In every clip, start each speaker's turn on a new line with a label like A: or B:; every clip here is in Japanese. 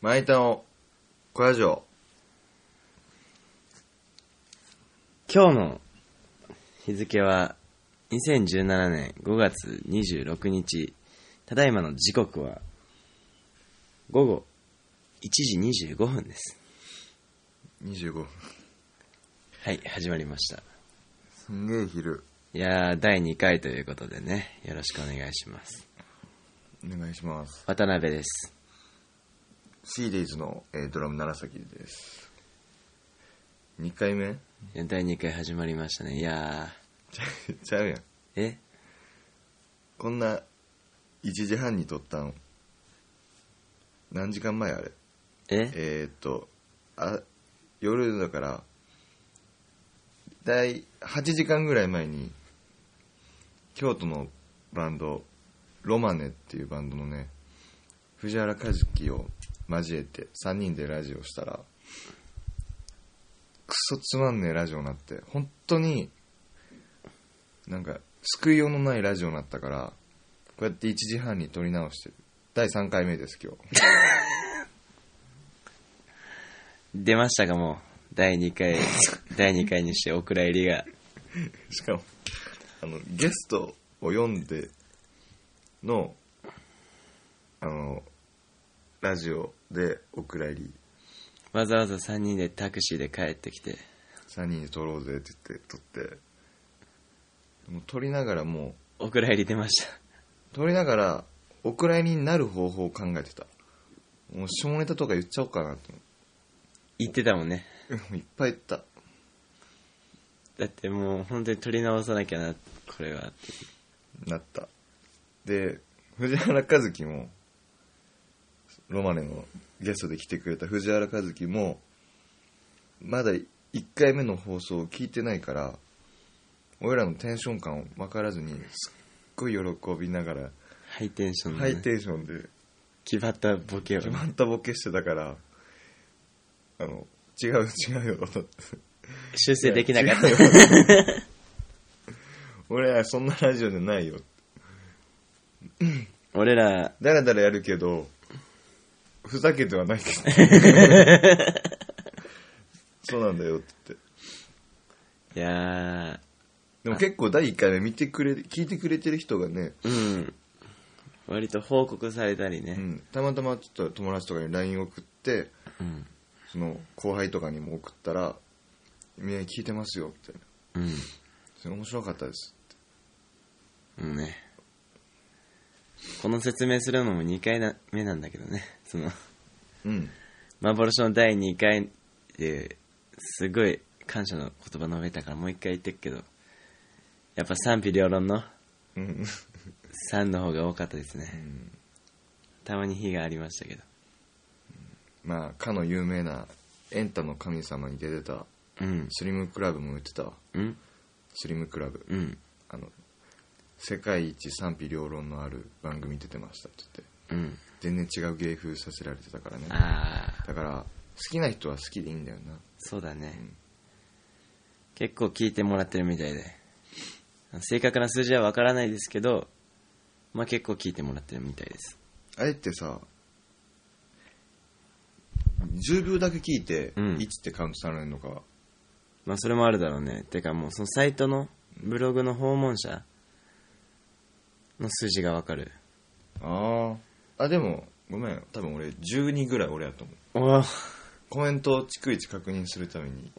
A: マイタの小屋城。
B: 今日の日付は2017年5月26日。ただいまの時刻は午後1時25分です。
A: 25分。
B: はい、始まりました。
A: すんげえ昼。
B: いやー、第2回ということでね、よろしくお願いします。
A: お願いします。
B: 渡辺です。
A: シリーズの、えードラム楢崎です。2回目
B: いや第2回始まりましたね。いや
A: ちゃうやん。
B: ー、え
A: こんな、1時半に撮ったん。何時間前あれ
B: え
A: えー、っと、あ、夜だから、だい8時間ぐらい前に、京都のバンド、ロマネっていうバンドのね、藤原和樹を交えて3人でラジオしたら、クソつまんねえラジオになって、本当に、なんか、救いようのないラジオになったから、こうやって1時半に撮り直してる。第3回目です、今日。
B: 出ましたかもう。第2回、 第2回にしてお蔵入りが。
A: しかもあのゲストを読んでのあのラジオでお蔵入り
B: わざわざ3人でタクシーで帰ってきて。
A: 3人で撮ろうぜって言って撮ってもう撮りながらも
B: お蔵入り出ました。
A: う撮りながらお蔵入りになる方法を考えてたもう下ネタとか言っちゃおうかなと
B: 言ってたもんね。
A: 思って いっぱい言った
B: だってもう本当に取り直さなきゃな、これはって。
A: なったで藤原和樹もロマネのゲストで来てくれた藤原和樹もまだ1回目の放送を聞いてないから俺らのテンション感を分からずにすっごい喜びながら
B: ハイテンション
A: ハ
B: で、
A: イ
B: ね。
A: テンションで
B: 決まったボケを。
A: 決まったボケしてたからあの違う違うよ
B: 修正できな かった。
A: 俺らそんなラジオじゃないよ
B: 俺ら、
A: だらだらやるけど、ふざけてはないけど。そうなんだよって言って。
B: いやー、
A: でも結構第1回目見てくれ、聞いてくれてる人がね、
B: うん。割と報告されたり
A: う
B: ね。
A: ん、たまたまちょっと友達とかに LINE 送って、
B: うん。
A: その後輩とかにも送ったら、みんな聞いてますよ、みたいな。
B: うん。
A: それ面白かったです。
B: もうね。この説明するのも2回な目なんだけどね。その、
A: うん。
B: 幻の第2回で、すごい感謝の言葉述べたからもう1回言ってくけど、やっぱ賛否両論の
A: うん。
B: 3の方が多かったですね。たまに火がありましたけど。
A: まあ、かの有名な、エンタの神様に出てた、
B: うん。
A: スリムクラブも言ってたわ
B: うん
A: スリムクラブ。
B: うん。
A: あの世界一賛否両論のある番組出てましたって言って
B: うん。
A: 全然違う芸風させられてたからね
B: ああ、
A: だから好きな人は好きでいいんだよな
B: そうだね、
A: うん
B: 結構聞いてもらってるみたいで。正確な数字はわからないですけど、まあ結構聞いてもらってるみたいです。
A: あれってさ10秒だけ聞いて
B: うん
A: 1ってカウントされるのか、
B: まあそれもあるだろうね。てかもうそのサイトのブログの訪問者の数字がわかる。
A: あああでもごめん多分俺12ぐらい俺やと思う
B: おお、
A: コメントを逐一確認するために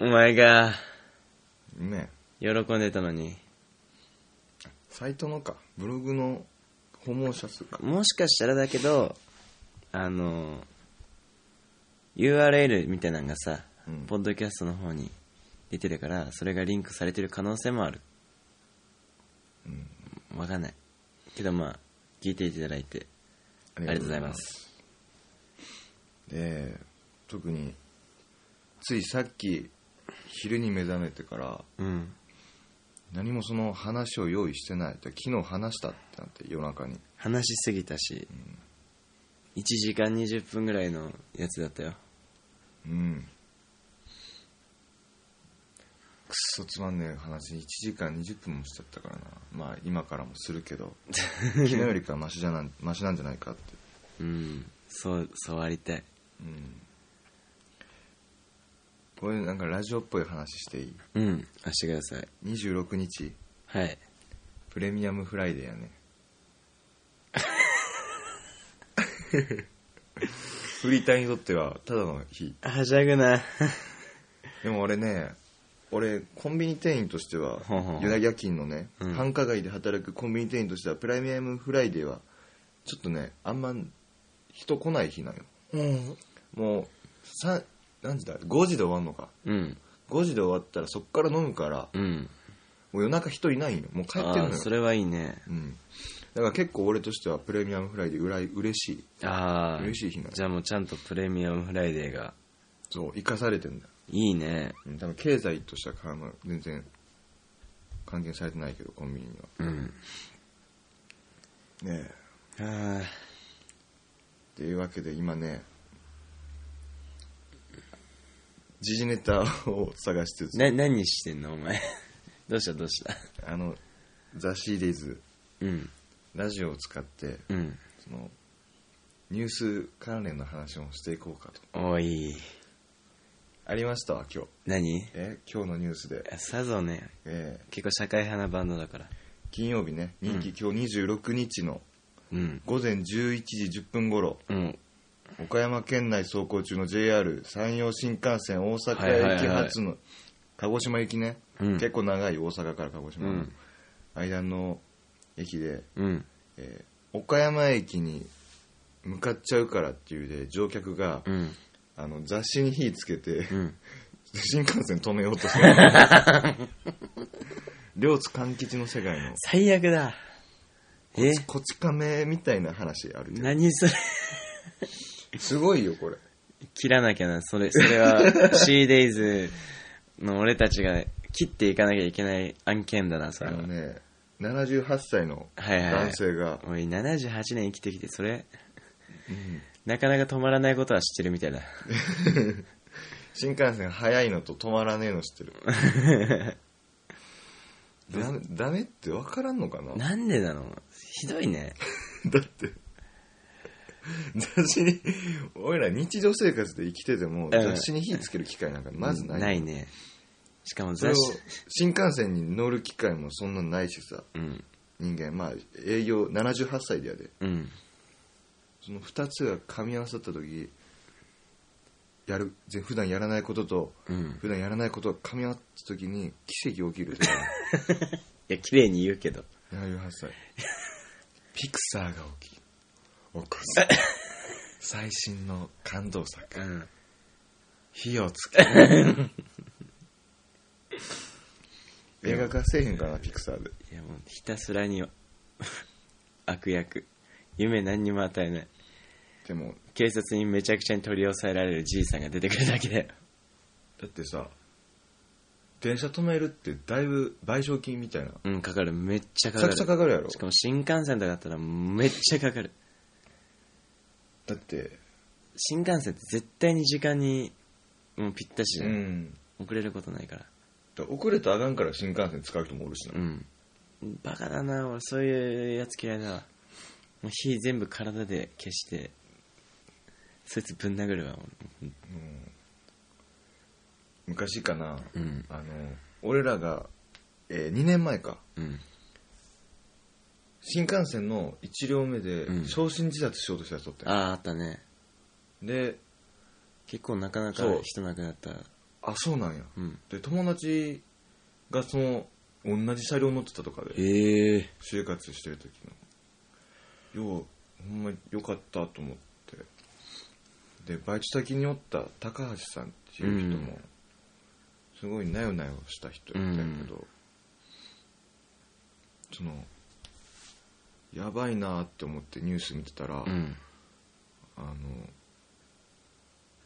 B: お前が
A: ね
B: 喜んでたのに。
A: サイトのかブログの訪問者数か
B: もしかしたらだけど、あの、URL みたいなのがさ、
A: うん
B: ポッドキャストの方に出てるから、それがリンクされてる可能性もある。わかんない。けどまあ、聞いていただいて。
A: あ
B: りがとうございます。
A: で、特に、ついさっき、昼に目覚めてから、
B: うん。
A: 何もその話を用意してない。昨日話したってなって、夜中に。
B: 話しすぎたし、1時間20分ぐらいのやつだったよ。
A: うん。くっそつまんねえ話、1時間20分もしちゃった からな。まあ、今からもするけど、昨日よりかはマシじゃなマシなんじゃないかって。
B: うん。そう、そうありたい。
A: うんこれなんかラジオっぽい話していい
B: うん。あしてください。
A: 26日
B: はい。
A: プレミアムフライデーや ねフリーターにとってはただの日
B: はしゃぐな。
A: でも俺ね俺コンビニ店員としては
B: ほうほう
A: 夜夜勤のね、
B: うん
A: 繁華街で働くコンビニ店員としてはプレミアムフライデーはちょっとねあんま人来ない日なんよ
B: うん。
A: もうさ何時だ5時で終わんのか
B: うん。
A: 5時で終わったらそっから飲むから
B: うん。
A: もう夜中人いないんよもう帰ってん
B: あ
A: の
B: あ、そ
A: よ、
B: れはいいね。
A: うん、だから結構俺としてはプレミアムフライデーうらい嬉しい
B: ああ。
A: 嬉しい日なの
B: じゃあもうちゃんとプレミアムフライデーが。
A: そう生かされてんだよ、
B: いいね。
A: うん、多分経済としてはあの全然還元されてないけどコンビニには
B: うん。
A: ねえ
B: ああ。
A: というわけで今ね時事ネタを探しつつ、
B: な、何してんのお前。 どうしたどうした。
A: あのザ・シリーズ
B: うん。
A: ラジオを使って
B: うん。
A: そのニュース関連の話もしていこうかと
B: おい。
A: ありましたわ今日
B: 何
A: え今日のニュースで、
B: さぞね、
A: ええ
B: 結構社会派なバンドだから。
A: 金曜日ね人気、今日26日の
B: うん。
A: 午前11時10分頃
B: うん。
A: 岡山県内走行中の JR 山陽新幹線大
B: はいはいは
A: 阪
B: い
A: 駅発の鹿児島行きね、
B: うん
A: 結構長い大阪から鹿児島の、
B: うん
A: 間の駅で、
B: うん。
A: えー岡山駅に向かっちゃうからっていうで乗客が、
B: うん。
A: あの雑誌に火つけて、
B: うん。
A: 新幹線止めようとし て両津勘吉の世界の
B: 最悪だ。え
A: こち亀みたいな話あるけど
B: 何それ。
A: すごいよこれ
B: 切らなきゃな、それ、それ は、シーデイズの俺たちが切っていかなきゃいけない案件だな、そ
A: あ
B: れは。
A: のね78歳の
B: はいはいはい
A: 男性が、
B: おい、78年生きてきて、それ、なかなか止まらないことは知ってるみたいだ。
A: 新幹線早いのと止まらねえの知ってる ダメダメって分からんのかな
B: なんでなのひどいね。
A: だって雑誌に俺ら日常生活で生きてても雑誌に火つける機会なんかまずない、
B: ないね。しかも
A: それ
B: 雑
A: を
B: 誌、
A: 新幹線に乗る機会もそんなないしさ
B: うん、
A: 人間まあ営業78歳でやで
B: うん。
A: その2つが噛み合わさった時やるぜ普段やらないことと、
B: うん
A: 普段やらないことが噛み合った時に奇跡起きるじ
B: いや、綺麗に言うけど。
A: ゃん78歳ピクサーが起き起こす最新の感動作
B: うん。
A: 火をつける 映画化せえへんかなピクサーで
B: いや、もう、ひたすらに、 悪役。夢何にも与えない。
A: でも
B: 警察にめちゃくちゃに取り押さえられるじいさんが出てくるだけだよ。
A: だってさ電車止めるってだいぶ賠償金みたいな
B: うん、かかる。めっちゃか
A: めちゃ
B: かる。
A: くちゃかかるやろ
B: しかも新幹線とかだったらめっちゃかかる。
A: だって
B: 新幹線って絶対に時間に、もうぴったしじゃ、
A: うんん
B: 遅れることないから。
A: だから遅れたらあかんから新幹線使う人もおるしな、
B: うん。バカだな、俺そういうやつ嫌いだわ。もう火全部体で消して、そいつぶん殴るわ、俺
A: 昔かな、
B: うん。
A: あの俺らが、え2年前か
B: うん。
A: 新幹線の1両目で
B: うん
A: 焼身自殺しようとしたやつおった
B: あ
A: よ、
B: あ、あったね。
A: で
B: 結構なかなか
A: そう
B: 人亡くなった。
A: あそうなんや
B: うん。
A: で友達がその同じ車両乗ってたとかで
B: ええ
A: 就活してる時のようほんまよかったと思ってでバイト先におった高橋さんっていう人も、
B: うん
A: すごいなよなよした人やったんやけど、そのやばいなって思ってニュース見てたら、
B: うん。
A: あの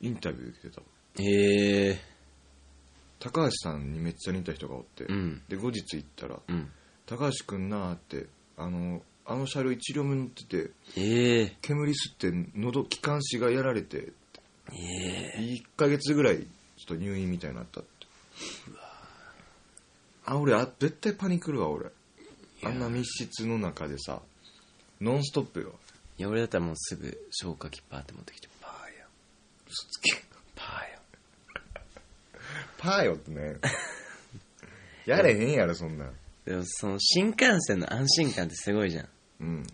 A: インタビュー受けてた
B: ええ
A: 高橋さんにめっちゃ似た人がおって、
B: うん。
A: で後日行ったら
B: うん。
A: 高橋くんなーってあのあの車両一両目乗ってて
B: ええ
A: 煙吸って喉気管支がやられて
B: ええ
A: 1ヶ月ぐらいちょっと入院みたいになったってあ俺あ絶対パニクるわ俺あんな密室の中でさノンストップよ
B: いや、俺だったらもうすぐ消火器パーって持ってきて、パーよ。
A: 嘘つけ。
B: パーよ。
A: パーよって ね。やれへんやろ、そんなん。
B: でもその新幹線の安心感ってすごいじゃん。
A: うん。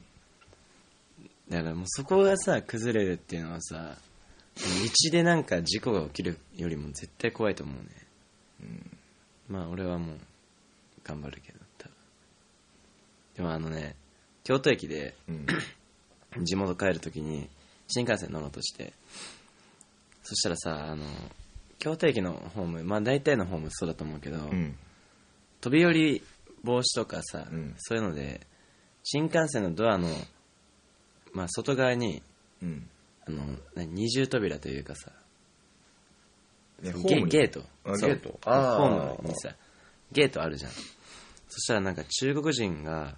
B: だからもうそこがさ、崩れるっていうのはさ、道でなんか事故が起きるよりも絶対怖いと思うね。まあ俺はもう、頑張るけど、多分。でもあのね、京都駅で
A: うん。
B: 地元帰るときに新幹線乗ろうとして、そしたらさ、あの、京都駅のホーム、まあ大体のホームそうだと思うけど、
A: うん。
B: 飛び降り防止とかさ、
A: うん
B: そういうので新幹線のドアの、まあ、外側に
A: うん。
B: あの何二重扉というかさ
A: ねホ
B: ゲ
A: ムに
B: ゲート
A: あ
B: そう
A: ゲート
B: ホ
A: あー
B: ームにさゲートあるじゃんそしたらなんか中国人が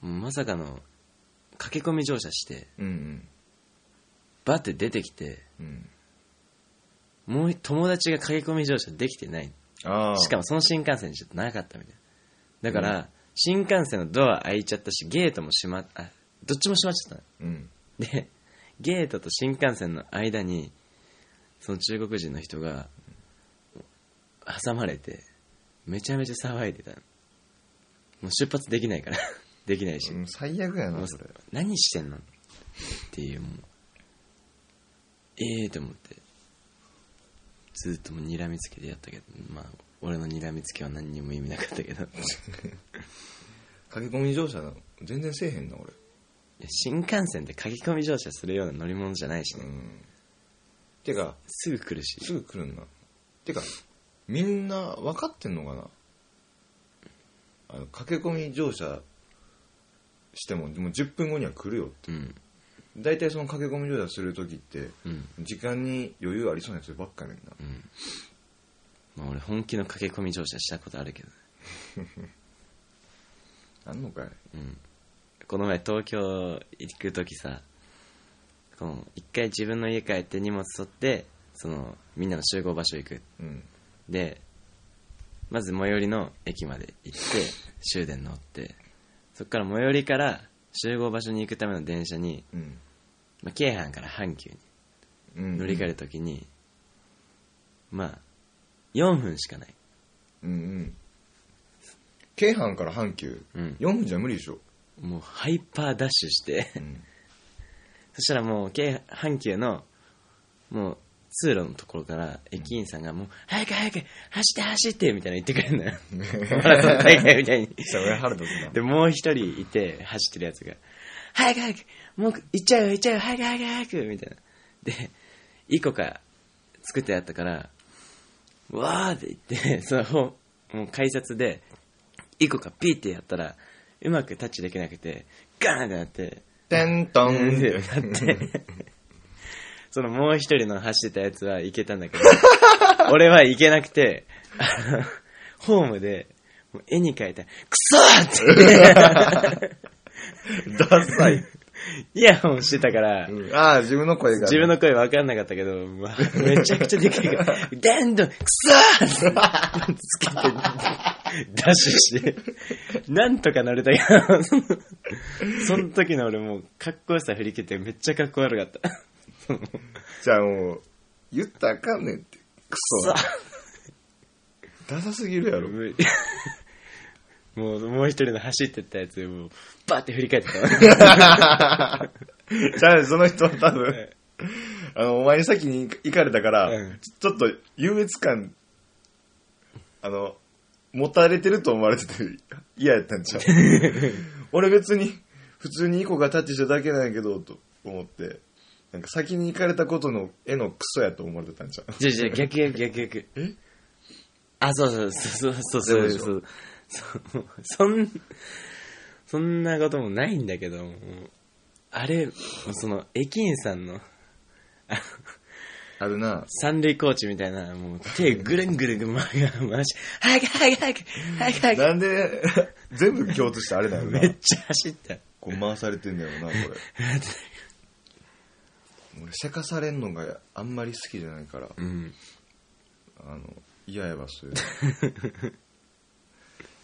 B: まさかの駆け込み乗車して
A: うん
B: バッて出てきて
A: うん。うん。
B: もう友達が駆け込み乗車できてない
A: ああ。
B: し
A: も。
B: かもその新幹線じゃなかったみたいな。だから、新幹線のドア開いちゃったし、ゲートも閉まっ、あ、どっちも閉まっちゃった
A: うん。
B: の。で、ゲートと新幹線の間に、その中国人の人が、挟まれて、めちゃめちゃ騒いでたの。もう出発できないから。 できないし。
A: うん最悪や
B: も
A: な、
B: う
A: それ。
B: 何してんのっていう、もう。ええー、と思って。ずーっともう睨みつけてやったけど、まあ、俺の睨みつけは何にも意味なか ったけど。い
A: 駆け込み乗車な全然せえへんな、俺。
B: や新幹線って駆け込み乗車するような乗り物じゃないし
A: う
B: ね。
A: ん。てか、
B: すぐ来るし。
A: すぐ来るんな。てか、みんな分かってんのかなあの、駆け込み乗車しても、もう10分後には来るよって。
B: うん。
A: 大体その駆け込み乗車するときって、
B: うん。
A: 時間に余裕ありそうなやつばっかやねんな。
B: うん。まあ俺本気の駆け込み乗車したことあるけどね。
A: あんのかい
B: うん。この前東京行くときさ、この一回自分の家帰って荷物取って、その、みんなの集合場所行く
A: うん。
B: でまず最寄りの駅まで行って終電乗ってそこから最寄りから集合場所に行くための電車に、
A: うん。
B: まあ、京阪から阪急に
A: うん。
B: 乗り換えるときに、まあ4分しかない
A: うんうん。京阪から阪急、
B: うん
A: 4分じゃ無理でしょ。
B: もうハイパーダッシュして
A: うん。
B: そしたらもう京阪急のもう通路のところから駅員さんがもう「早く早く走って走って」みたいな言ってくれる のよマラソン大会みたいに
A: それ腹立つな。
B: で、もう一人いて、走ってるやつが、早く早く、もう行っちゃうよ行っちゃうよ、早く早く早く、みたいな。で、一個か作ってあったから、わーって言って、 その、ほんもう改札で、一個かピーってやったら、うまくタッチできなくて、ガーンってなって、
A: テント
B: う
A: ン
B: ん
A: っ
B: ってて。なって、そのもう一人の走ってたやつは行けたん だけど、俺は行けなくて、 あのホームで、もう絵に描いた、くそーって。
A: ダサい。
B: イヤホンしてたから、
A: うんああ、自分の声が。
B: 自分の声分かんなかったけど、うわめちゃくちゃでかい から、デンドン、くそーってつけて、ダッシュして、なんとか乗れたけど、そのその時の俺もう、かっこよさ振り切って、めっちゃかっこ悪かった。
A: じゃあもう、言ったらあかんねんって。クソ
B: く。
A: ダサすぎるや ろ。
B: 無理もう、もう一人の走ってったやつ、もう、バーって振り返ってた。
A: じゃあその人は多分、あの、お前に先に行かれたから、
B: うん
A: ちょちょっと優越感、あの、持たれてると思われてて嫌やったんちゃう俺別に、普通にイコがタッチしただけなんやけど、と思って、なんか先に行かれたことの絵のクソやと思われてたんちゃう
B: じゃじゃ逆逆逆逆。
A: え
B: あ、そうそうそうそうそうそうそう。そうそん、そんなこともないんだけど、もうあれ、その、駅員さんの、あ
A: あるな。
B: 三塁コーチみたいな、もう手ぐるんぐるんぐるん回し、回し早く早く早く早く早く
A: なんで、 全部共通してあれだよな
B: め。っちゃ走った。
A: こう回されてんだよな、 これ。俺、せかされんのがあんまり好きじゃないから、
B: うん。
A: あの、嫌やわ、そういう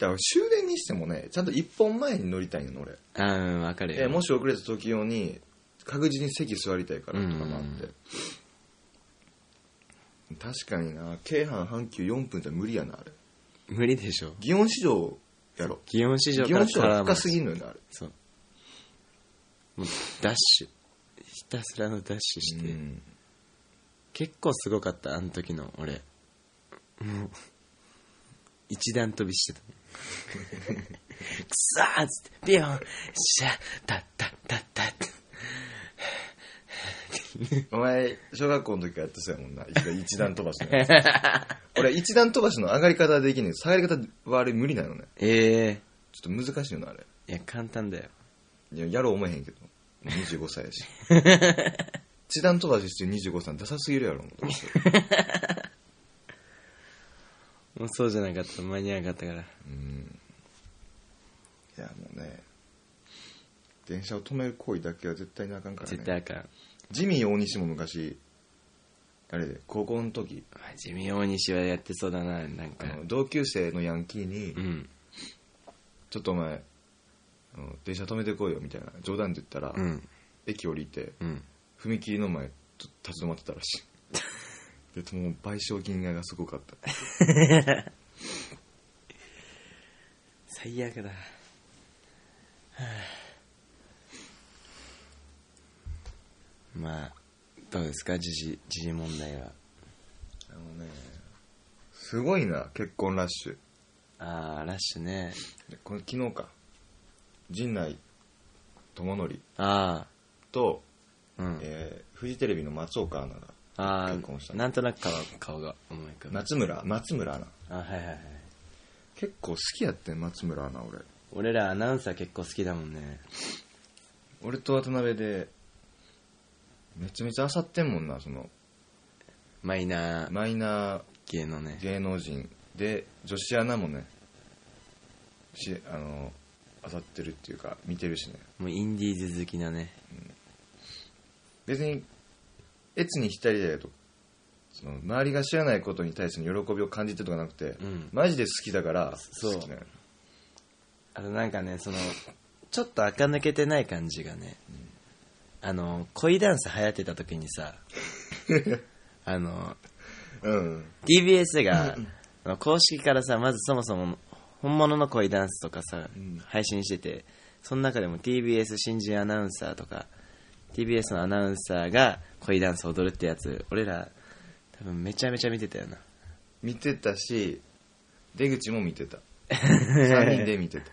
A: だから終電にしてもねちゃんと一本前に乗りたいの俺
B: あーうん、わかるよ。
A: えもし遅れた時用に確実に席座りたいからとかもあって、確かにな京阪阪急4分じゃ無理やなあれ
B: 無理でしょ。
A: 祇園市場やろ
B: 祇園市場
A: 祇
B: から
A: 園市場
B: 絡
A: は
B: む
A: 深すぎんのよなあれ
B: そう。もう、ダッシュ。ひたすらのダッシュして。
A: うん
B: 結構すごかった、あの時の俺。もう、一段飛びしてた。くそーっつって、ビヨン、シャタッタッタッタッタ
A: お前小学校の時からやってそうやもんな一回一段飛ばしのやつ俺一段飛ばしの上がり方はできんねん下がり方はあれ無理なのね
B: え
A: ちょっと難しいよなあれ
B: えいや、簡単だよ。
A: いややろう思えへんけど25歳やし一段飛ばしして25歳ダサすぎるやろ思って
B: もうそうじゃなかったら間に合わなかったから。
A: うんいやもうね電車を止める行為だけは絶対にあかんからね
B: 絶対あかん。
A: ジミー大西も昔あれで高校の時
B: まあ地味大西はやってそうだな、なんか
A: あ。の同級生のヤンキーに
B: うん。
A: 「ちょっとお前あの電車止めてこいよ」みたいな冗談で言ったら、
B: うん。
A: 駅降りて
B: うん。
A: 踏切の前ちょっと立ち止まってたらしいでもう賠償金がすごかった
B: 最悪だ。はあ、まあ、どうですか、時事、時事問題は。
A: あのねすごいな結婚ラッシュ
B: ああ、ラッシュね。
A: でこれ昨日か陣内智則
B: あ
A: と、
B: あ、うん。
A: えーフジテレビの松岡アナが
B: あ
A: 結婚した
B: あ、なんとなく顔顔が思い浮かぶ。
A: 松村松村アナ
B: あはいはいはい。
A: 結構好きやってん松村アナ俺
B: 俺らアナウンサー結構好きだもんね。
A: 俺と渡辺でめちゃめちゃ漁ってんもんなその
B: マイナー
A: マイナ
B: 系のね
A: ー。芸能人で女子アナもねしあの漁ってるっていうか見てるしね
B: もうインディーズ好きなね。
A: 別にエツに浸りだよとその周りが知らないことに対しての喜びを感じてとかなくて、
B: うん
A: マジで好きだから
B: そう
A: 好きなの
B: あとなんかね、その、ちょっと垢抜けてない感じがね、あの、恋ダンス流行ってた時 にさ、あの、
A: うん、
B: TBS が、あの公式からさ、まずそもそも、本物の恋ダンスとかさ、
A: うん
B: 配信してて、その中でも TBS 新人アナウンサーとか、TBS のアナウンサーが恋ダンス踊るってやつ、俺ら、多分めちゃめちゃ見てたよな。
A: 見てたし出口も見て た3人で見てた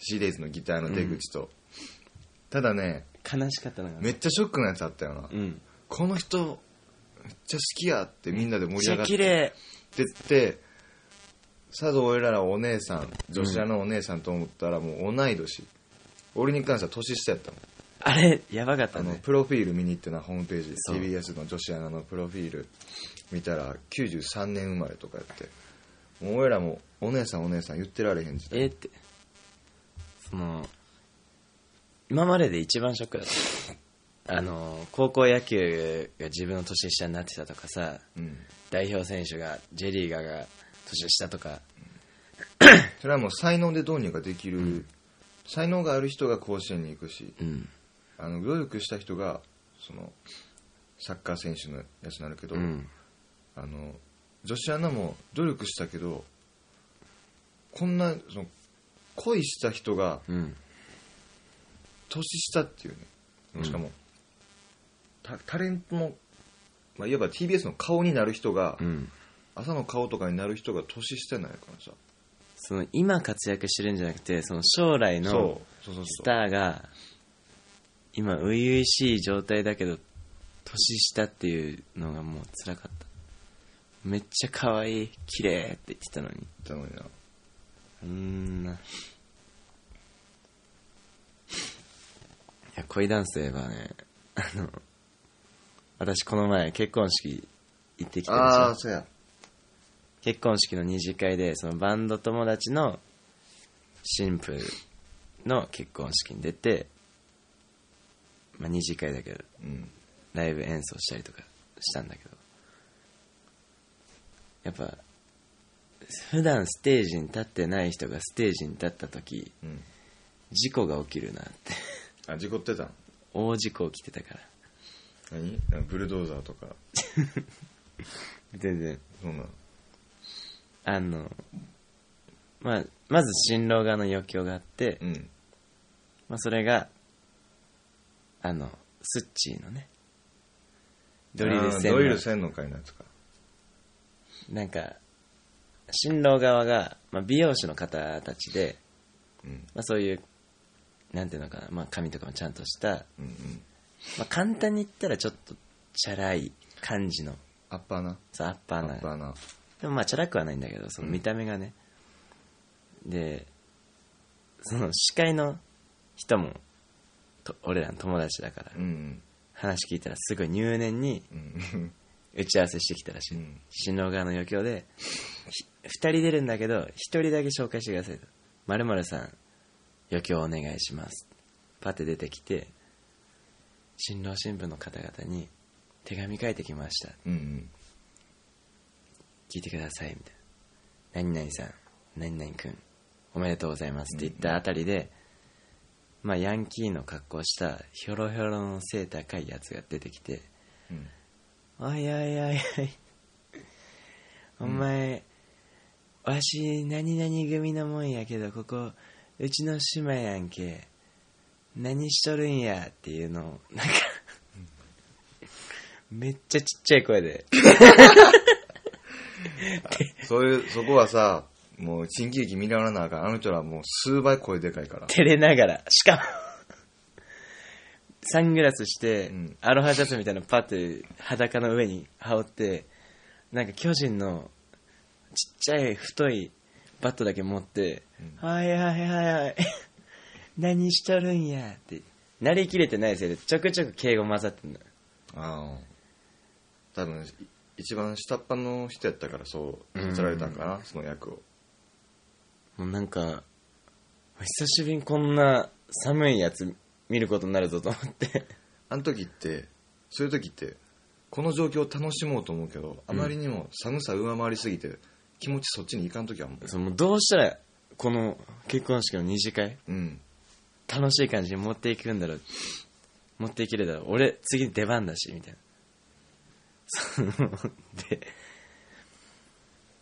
A: シリーズのギターの出口と、ただね
B: 悲しかったのが。
A: めっちゃショックなやつあったよな、
B: うん。
A: この人めっちゃ好きやってみんなで盛
B: めっ
A: り
B: ち
A: 上が
B: ゃ
A: っ
B: 綺
A: て
B: 麗。
A: ってってさぞ俺らはお姉さん女子アナのお姉さんと思ったらもう同い年、俺に関しては年下やったもん
B: あれ、やばかった
A: あの
B: ね。
A: プロフィール見に行ってなホームページ
B: そう
A: TBS の女子アナのプロフィール見たら93年生まれとかやってもう俺らもお姉さんお姉さん言ってられへん時代
B: えーってその今までで一番ショックだったあの高校野球が自分の年下になってたとかさ
A: うん
B: 代表選手が J リーガーが年下とか
A: それはもう才能でどうにかできる、才能がある人が甲子園に行くし
B: うん
A: あの努力した人がそのサッカー選手のやつになるけど、
B: うん
A: あの女子アナも努力したけどこんなその恋した人が
B: うん
A: 年下っていう
B: う
A: ね
B: ん
A: しかも、タタレントの、まあ、いわば TBS の顔になる人が、
B: うん
A: 朝の顔とかになる人が年下なんやからさ
B: その今活躍してるんじゃなくてその将来の
A: そうそうそう
B: ス
A: そう
B: ターが今初々しい状態だけど年下っていうのがもう辛かっためっちゃ可愛い綺麗って言ってたのに
A: だのにな
B: うーんな。いや、恋ダンスといえばね、あの、私この前結婚式行ってきた
A: あ
B: で
A: あ
B: しょ。
A: そうや
B: 結婚式の二次会で、そのバンド友達の新婦の結婚式に出て、まあ二次会だけど、
A: うん
B: ライブ演奏したりとかしたんだけどやっぱ普段ステージに立ってない人がステージに立った時
A: うん
B: 事故が起きるなって
A: あ事故ってたん
B: 大事故起きてたから
A: 何なんかブルドーザーとか
B: 全然
A: そんな
B: あのまあまず新郎側の余興があって、
A: うん
B: まあ、それがあのスッチーのねドリル
A: あー
B: 戦
A: ドリ
B: の
A: ルせんのかいなとか
B: なんか新郎側が、まあ、美容師の方たちで、
A: うん
B: まあ、そういうなんていうのかな、まあ、髪とかもちゃんとした、
A: うんうん
B: まあ、簡単に言ったらちょっとチャラい感じの
A: アッパーな
B: そうアッパ
A: ア
B: ーな
A: ッパーな
B: でもまあチャラくはないんだけどその見た目がね、でその司会の人もと俺らの友達だから、
A: うん
B: 話聞いたらすごい入念に
A: うん
B: 打ち合わせしてきたらしい、
A: うん
B: 新郎側の余興で2人出るんだけど1人だけ紹介してくださいと「まるさん余興お願いします」パッて出てきて新郎新聞の方々に手紙書いてきました
A: うんうん
B: 聞いてくださいみたいな「何々さん何々くんおめでとうございます」って言ったあたりで、まあ、ヤンキーの格好したヒョロヒョロの背高いやつが出てきて
A: うん
B: 「おいおいおいおいお前、わし何々組のもんやけどここうちの島やんけ何しとるんや」っていうのをなんかめっちゃちっちゃい声で
A: そういうそこはさもう新喜劇見ながらなあかんあの人らもう数倍声でかいから
B: 照れながら、しかも、サングラスして、
A: うん
B: アロハシャツみたいなのパッて裸の上に羽織って、なんか巨人のちっちゃい太いバットだけ持って、はいはいはいはい、 何しとるんやって、なりきれてないせいでちょくちょく敬語混ざってんの。
A: ああ多分い一番下っ端の人やったからそうさせられたんかな、その役を
B: もうなんか、久しぶりにこんな寒いやつ見ることになるぞと思って。
A: あの時ってそういう時ってこの状況を楽しもうと思うけどあまりにも寒さ上回りすぎて気持ちそっちに行かん時はもう
B: そのどうしたら、この結婚式の二次会
A: うん
B: 楽しい感じに持っていくんだろう持っていけるだろう俺次出番だしみたいなその で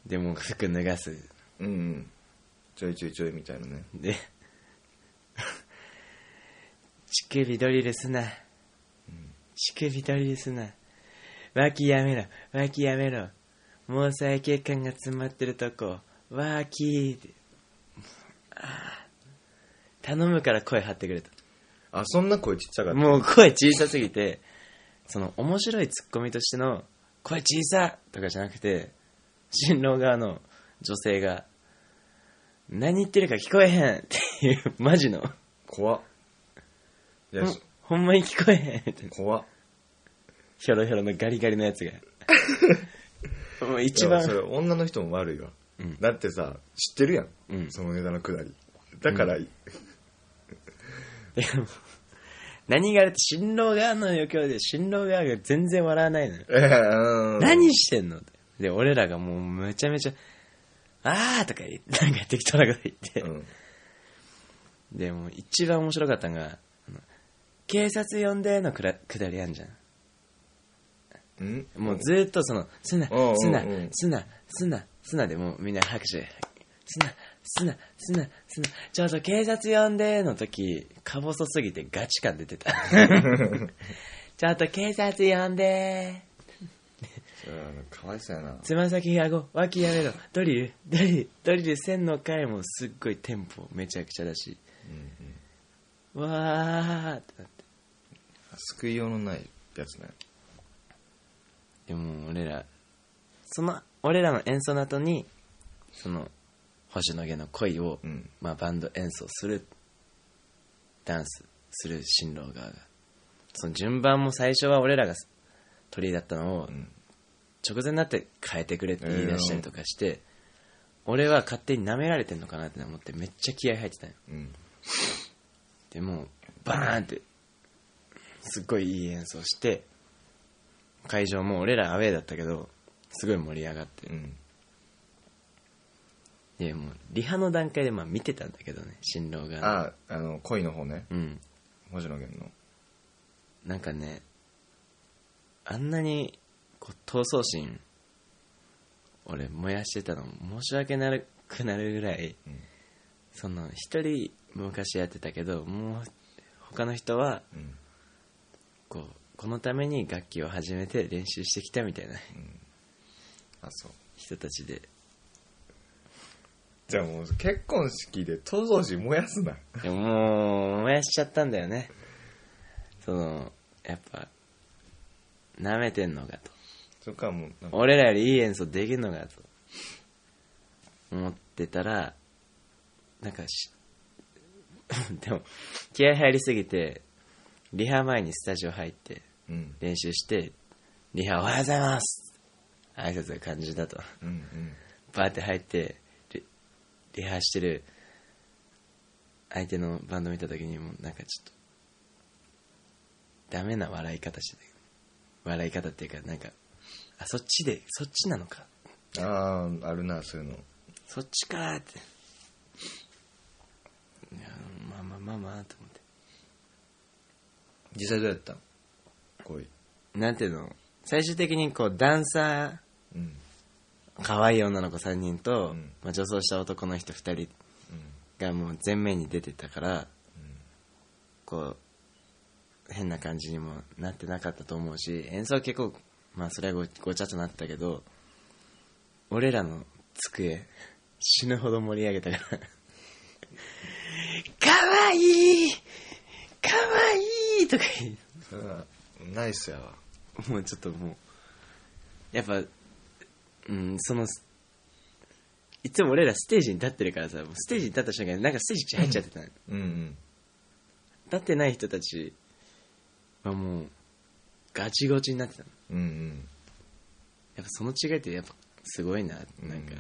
B: でもう服脱がす
A: うんうんちょいちょいちょいみたいなね
B: で乳首ドリルすな乳首ドリルすな脇やめろ脇やめろ毛細血管が詰まってるとこ脇ってあー頼むから声張ってくれと
A: あそんな声ちっちゃかった
B: もう声小さすぎて、その面白いツッコミとしての、声小さとかじゃなくて、新郎側の女性が、何言ってるか聞こえへんっていう、マジの、
A: 怖っいや
B: ほんほんまに聞こえへんみたいな、
A: 怖っ
B: ひょろひょろのガリガリのやつが。もう一
A: いや それ
B: 番、
A: 女の人も悪いわ、
B: うん
A: だってさ知ってるやん、
B: うん
A: そのネタのくだりだから、
B: でも何があれって新郎側の余興で新郎側が全然笑わないのよ。
A: うん
B: 何してんのってで、俺らがもうめちゃめちゃ、あーとか言って、なんか適当なこと言って、
A: うん
B: で、もう一番面白かったのが、あの警察呼んでのくらくだりあんじゃん。
A: うん
B: もうずーっとその、すな
A: うんうんう、ん
B: すな、すな、すな、すなでもうみんな拍手。すな、すな、すな、すな。ちょうど警察呼んでの時、か細すぎてガチ感出てた。ちょっと警察呼んで
A: それはかわいそうやな
B: つま先顎脇やめろドリルドリルドリル線の回もすっごいテンポめちゃくちゃだし、わーってなって
A: 救いようのないやつね
B: でも俺らその俺らの演奏の後にその星野家の恋を、
A: うん
B: まあ、バンド演奏するダンスする新郎側がその順番も最初は俺らが鳥だったのを、
A: ん
B: 直前になって変えてくれって言い出したりとかして、俺は勝手に舐められてんのかなって思ってめっちゃ気合入ってたよ
A: うん
B: でもうバーンってすっごいいい演奏して会場も俺らアウェーだったけどすごい盛り上がって
A: うん
B: いやもうリハの段階でまあ見てたんだけどね新郎が
A: ああの恋の方ね
B: うん
A: 星野源の
B: なんかねあんなにこう闘争心俺燃やしてたの申し訳なくなるぐらい、
A: うん
B: その一人昔やってたけどもう他の人は
A: うん
B: こうこのために楽器を始めて練習してきたみたいな
A: あそう
B: 人たちで
A: じゃあもう結婚式で闘争心燃やすな
B: でももう燃やしちゃったんだよねそのやっぱなめてんのかと
A: そっからもうなんか
B: 俺らよりいい演奏できんのかと思ってたらなんかし でも気合入りすぎてリハ前にスタジオ入って
A: うん
B: 練習してリハおはようございます挨拶が感じだと
A: うんうん
B: バーって入ってリリハしてる相手のバンド見た時にもうなんかちょっとダメな笑い方してたけど笑い方っていうかなんかあそっちでそっちなのか
A: あああるなそういうの
B: そっちかーっていやまあまあまあまあと思って
A: 実際どうやったん恋
B: なんていうの最終的にこうダンサ
A: うん
B: ー可愛い女の子3人と、
A: うん
B: まあ、女装した男の人2人
A: うん
B: がもう前面に出てたから、こう変な感じにもなってなかったと思うし演奏は結構まあそれはごごちゃっとなったけど俺らの机死ぬほど盛り上げたから 「かわいいかわいい!」とか言う
A: それはナイスやわ
B: もうちょっともうやっぱうんそのいつも俺らステージに立ってるからさもうステージに立った瞬間になんかステージ入っちゃってたの
A: うんうん
B: 立ってない人たちはもうガチゴチになってたの
A: うんうん
B: やっぱその違いってやっぱすごいななんか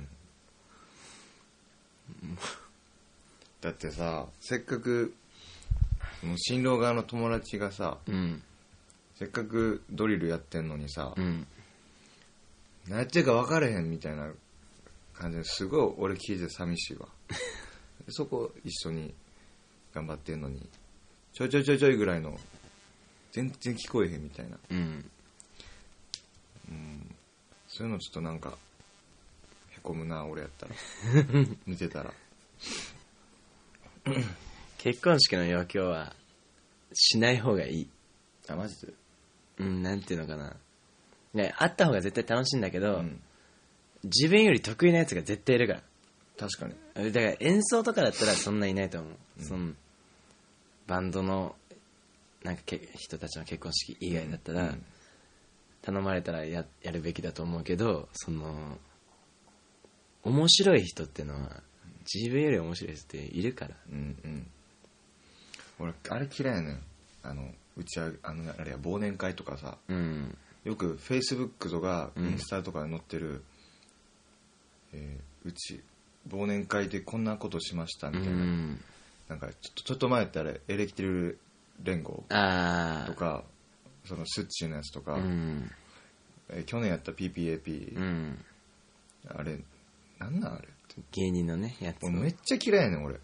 A: だってさせっかくもう新郎側の友達がさ
B: うん
A: せっかくドリルやってんのにさ、
B: うん
A: 何やってるか分からへんみたいな感じですごい俺聞いて寂しい わそこ一緒に頑張ってんのにちょいちょいちょいちょいぐらいの全然聞こえへんみたいな
B: うん
A: そういうのちょっとなんかへこむな俺や ったら見てたら
B: 結婚式の余興はしない方がいい
A: あマジで
B: うんなんていうのかなねあった方が絶対楽しいんだけ
A: う
B: ど、
A: ん
B: 自分より得意なやつが絶対いるから
A: 確かに
B: だから演奏とかだったらそんないないと思う、そのバンドのなんかけ人たちの結婚式以外だったら、
A: うん
B: 頼まれたらややるべきだと思うけどその面白い人ってのは自分より面白い人っているから
A: うんうん俺あれ嫌いやねんあの打ち上げあのあれや忘年会とかさ
B: うん
A: よくフェイスブックとか
B: う
A: イ
B: ん
A: ンスタとかに載ってる、うえーうち忘年会でこんなことしました
B: う
A: みたいな,、
B: ん
A: なんかちょっとちょっと前ってあれエレキテル連合
B: ああ
A: とかそのスッチーのやつとか、
B: うん
A: えー去年やった PPAP、
B: うん
A: あれなんなんあれって
B: 芸人のねやつを
A: 俺めっちゃ嫌いやねん 俺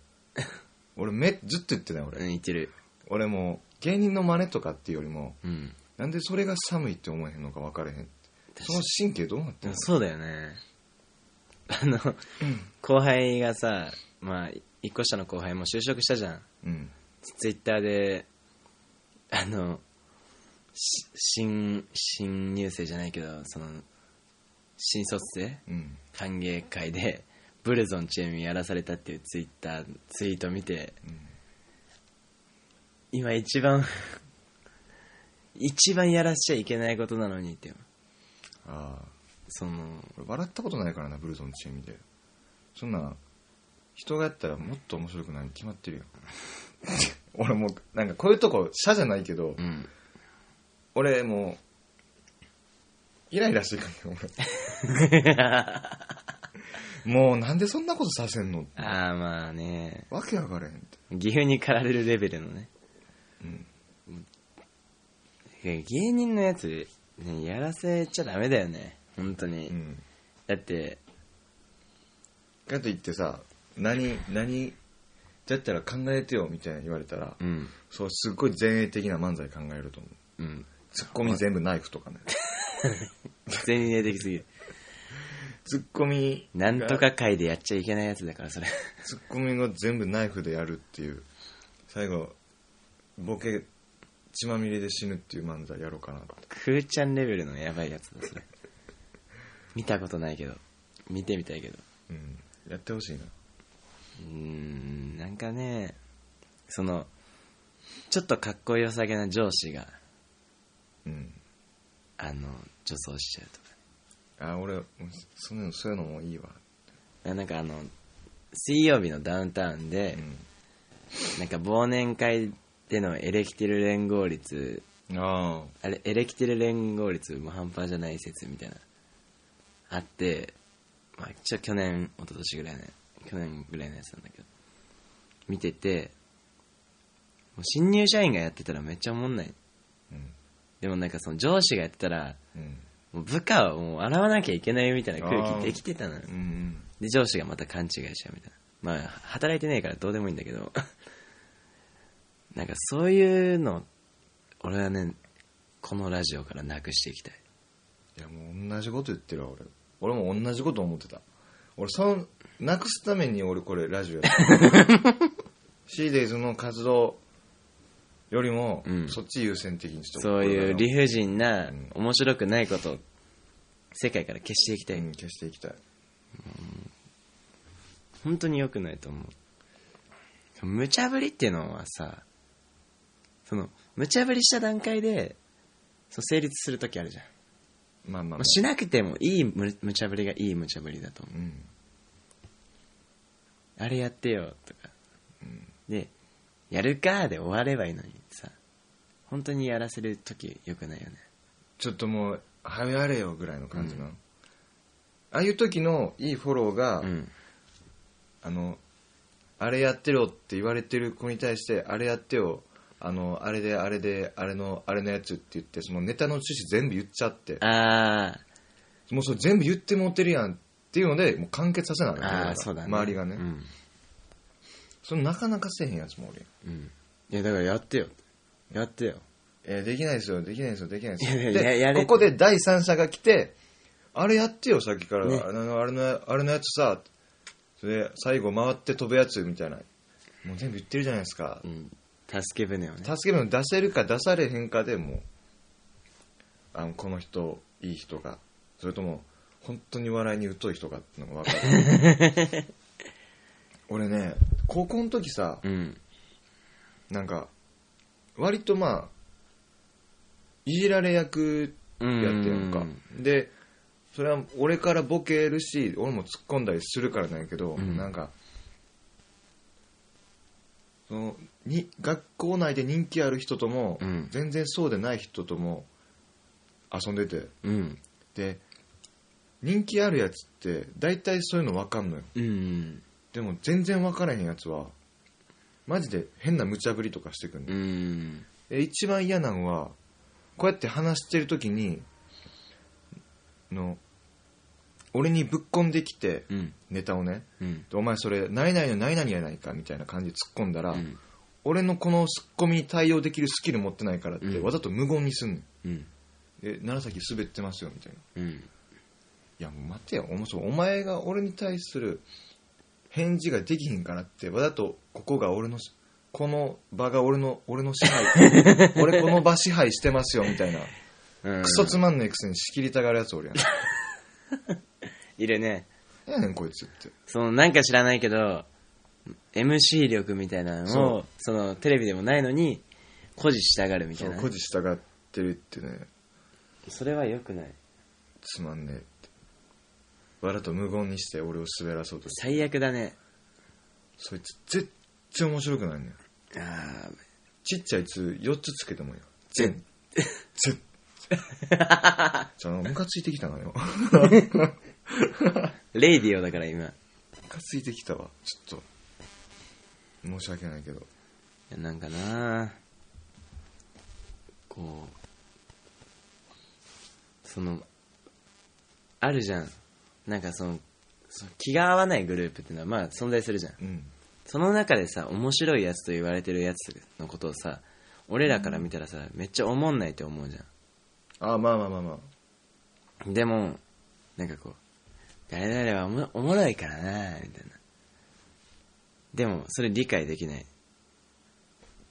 A: 俺めずっと言ってない
B: う
A: 俺
B: んいてる
A: 俺もう芸人の真似とかっていうよりも
B: うん
A: なんでそれが寒いって思えへんのか分かれへんその神経どうなってん
B: でも
A: の
B: そうだよねあの後輩がさまあ一個下の後輩も就職したじゃん
A: うん
B: ツイッターであのし新新入生じゃないけどその新卒生
A: うん
B: 歓迎会でブルゾンチームやらされたっていうツイッターツイート見て、今一番 一番やらしちゃいけないことなのにって
A: ああ
B: その
A: 俺笑ったことないからなブルゾンチームでそんな人がやったらもっと面白くないに決まってるよ 俺もうなんかこういうとこ社じゃないけど、
B: うん
A: 俺もうイライラしてくるよ俺 もうなんでそんなことさせんのって
B: ああまあね
A: わけわからへんって
B: 岐阜に駆られるレベルのね、うん、芸人のやつ、ね、やらせちゃダメだよね本当に、
A: うん
B: だって
A: かといってさ何何だったら考えてよみたいな言われたら、
B: うん。
A: そうすっごい前衛的な漫才考えると思う
B: うん。
A: ツッコミ全部ナイフとかね
B: 全衛的すぎる。
A: ツッコミ
B: なんとか会でやっちゃいけないやつだから、それ。
A: ツッコミが全部ナイフでやるっていう最後ボケ血まみれで死ぬっていう漫才やろうかなって
B: クーちゃんレベルのやばいやつだ、そ れ。見たことないけど。見てみたいけど。
A: うんやってほしいな
B: うーん、なんかね、その、ちょっとかっこよさげな上司が、
A: うん
B: あの、女装しちゃうとか。
A: あ俺もうそういうのそういうのもいいわ
B: ななんかあの、水曜日のダウンタウンで
A: う、
B: なんか忘年会でのエレキテル連合率、
A: んあ
B: あれ、エレキテル連合率も半端じゃない説みたいな、あって、まあ、ちょ、去年、一昨年ぐらいの、去年ぐらいのやつなんだけど、見てて、もう新入社員がやってたらめっちゃおもんない。
A: うん
B: でもなんかその上司がやってたら、
A: うん
B: もう部下をもう洗わなきゃいけないみたいな空気できてたのよ
A: うんうん
B: で、上司がまた勘違いしちゃうみたいな。まあ、働いてねえからどうでもいいんだけど、 なんかそういうの、俺はね、このラジオからなくしていきたい。
A: いやもう同じこと言ってるわ俺俺も同じこと思ってた俺そのなくすために俺これラジオやってるシーデイズの活動よりも、
B: うん
A: そっち優先的にちょっと
B: そういう理不尽な
A: うん、
B: 面白くないことを、世界から消していきた
A: う
B: い
A: ん。消していきたい
B: 本当に良くないと思う。無茶ぶりっていうのはさ、その、無茶ぶりした段階で、そう成立するときあるじゃん。
A: まあまあ、ま
B: まあ
A: あ、
B: しなくてもいい無無茶ぶりがいい無茶ぶりだと思う。
A: うん
B: あれやってよとか、でやるかーで終わればいいのにさ本当にやらせる時よくないよね
A: ちょっともうはやれよぐらいの感じなの、ああいう時のいいフォローが、
B: うん
A: あのあれやってろって言われてる子に対してあれやってよあのあれであれであれのあれのやつって言ってそのネタの趣旨全部言っちゃって
B: あー
A: もうそれ全部言ってもうてるやんっていうのでもう完結させなのよ
B: あ
A: 俺
B: ー
A: ら
B: そうだね
A: 周りがね、
B: うん、
A: それなかなかせえへんやつもおる
B: うん、いやだからやってよやってよ
A: やん、えーできないですよできないですよできないです
B: いや
A: よ
B: いやや
A: で
B: れ
A: ここで第三者が来てあれやってよさっきから、
B: ね
A: あのあれのあれのやつさそれ最後回って飛ぶやつみたいなもう全部言ってるじゃないですか、
B: うん助け舟をね
A: 助け舟を出せるか出されへんかでもうあのこの人いい人がそれとも本当に笑いに疎い人がってのが分かる 俺ね高校の時さ
B: うん
A: なんか割とまあいじられ役やってやんか
B: うん
A: でそれは俺からボケるし俺も突っ込んだりするからなんやけど、
B: うん
A: なんかそのに学校内で人気ある人とも、
B: うん
A: 全然そうでない人とも遊んでて
B: うん
A: で人気あるやつって大体そういうの分かんのよ
B: うん
A: でも全然分からへんやつはマジで変な無茶ぶりとかしてくんの
B: うん
A: え一番嫌なのはこうやって話してる時にの俺にぶっこんできて
B: うん
A: ネタをね
B: うん
A: でお前それ何々の何々やないかみたいな感じで突っ込んだら、
B: うん
A: 俺のこのツッコミに対応できるスキル持ってないからって、
B: うん
A: わざと無言にすんの
B: うん
A: え楢崎滑ってますよみたいな
B: うん
A: いやもう待てよお前そうお前が俺に対する返事ができひんからってわざとここが俺のしこの場が俺の俺の支配俺この場支配してますよみたいな
B: うん
A: クソつまんないくせに仕切りたがるやつおるやん。
B: いるね
A: 何やねんこいつって。
B: そのなんか知らないけど MC 力みたいなのをそのテレビでもないのに誇示したがるみた
A: そ、
B: いうな
A: 誇示したがってるってね、
B: それは良くない
A: つまんねえって。わざと無言にして俺を滑らそうとして。
B: 最悪だね
A: そいつ絶対面白くないねん。
B: あ
A: ちっちゃいつ4つつけてもいいよ。全。 全。じゃあ、ムカついてきたのよ。 ム
B: ーレイディオだから今い
A: カついてきたわ。ちょっと。申し訳ないけど。
B: やなんかなこうそのあるじゃんなんかそのその気が合わないグループっていうのはまあ存在するじゃん
A: うん
B: その中でさ面白いやつと言われてるやつのことをさ俺らから見たらさめっちゃおもんないって思うじ
A: あまあまあまあまあ
B: ゃんでもなんかこう誰々はおもおもろいからなみたいなでもそれ理解できないっ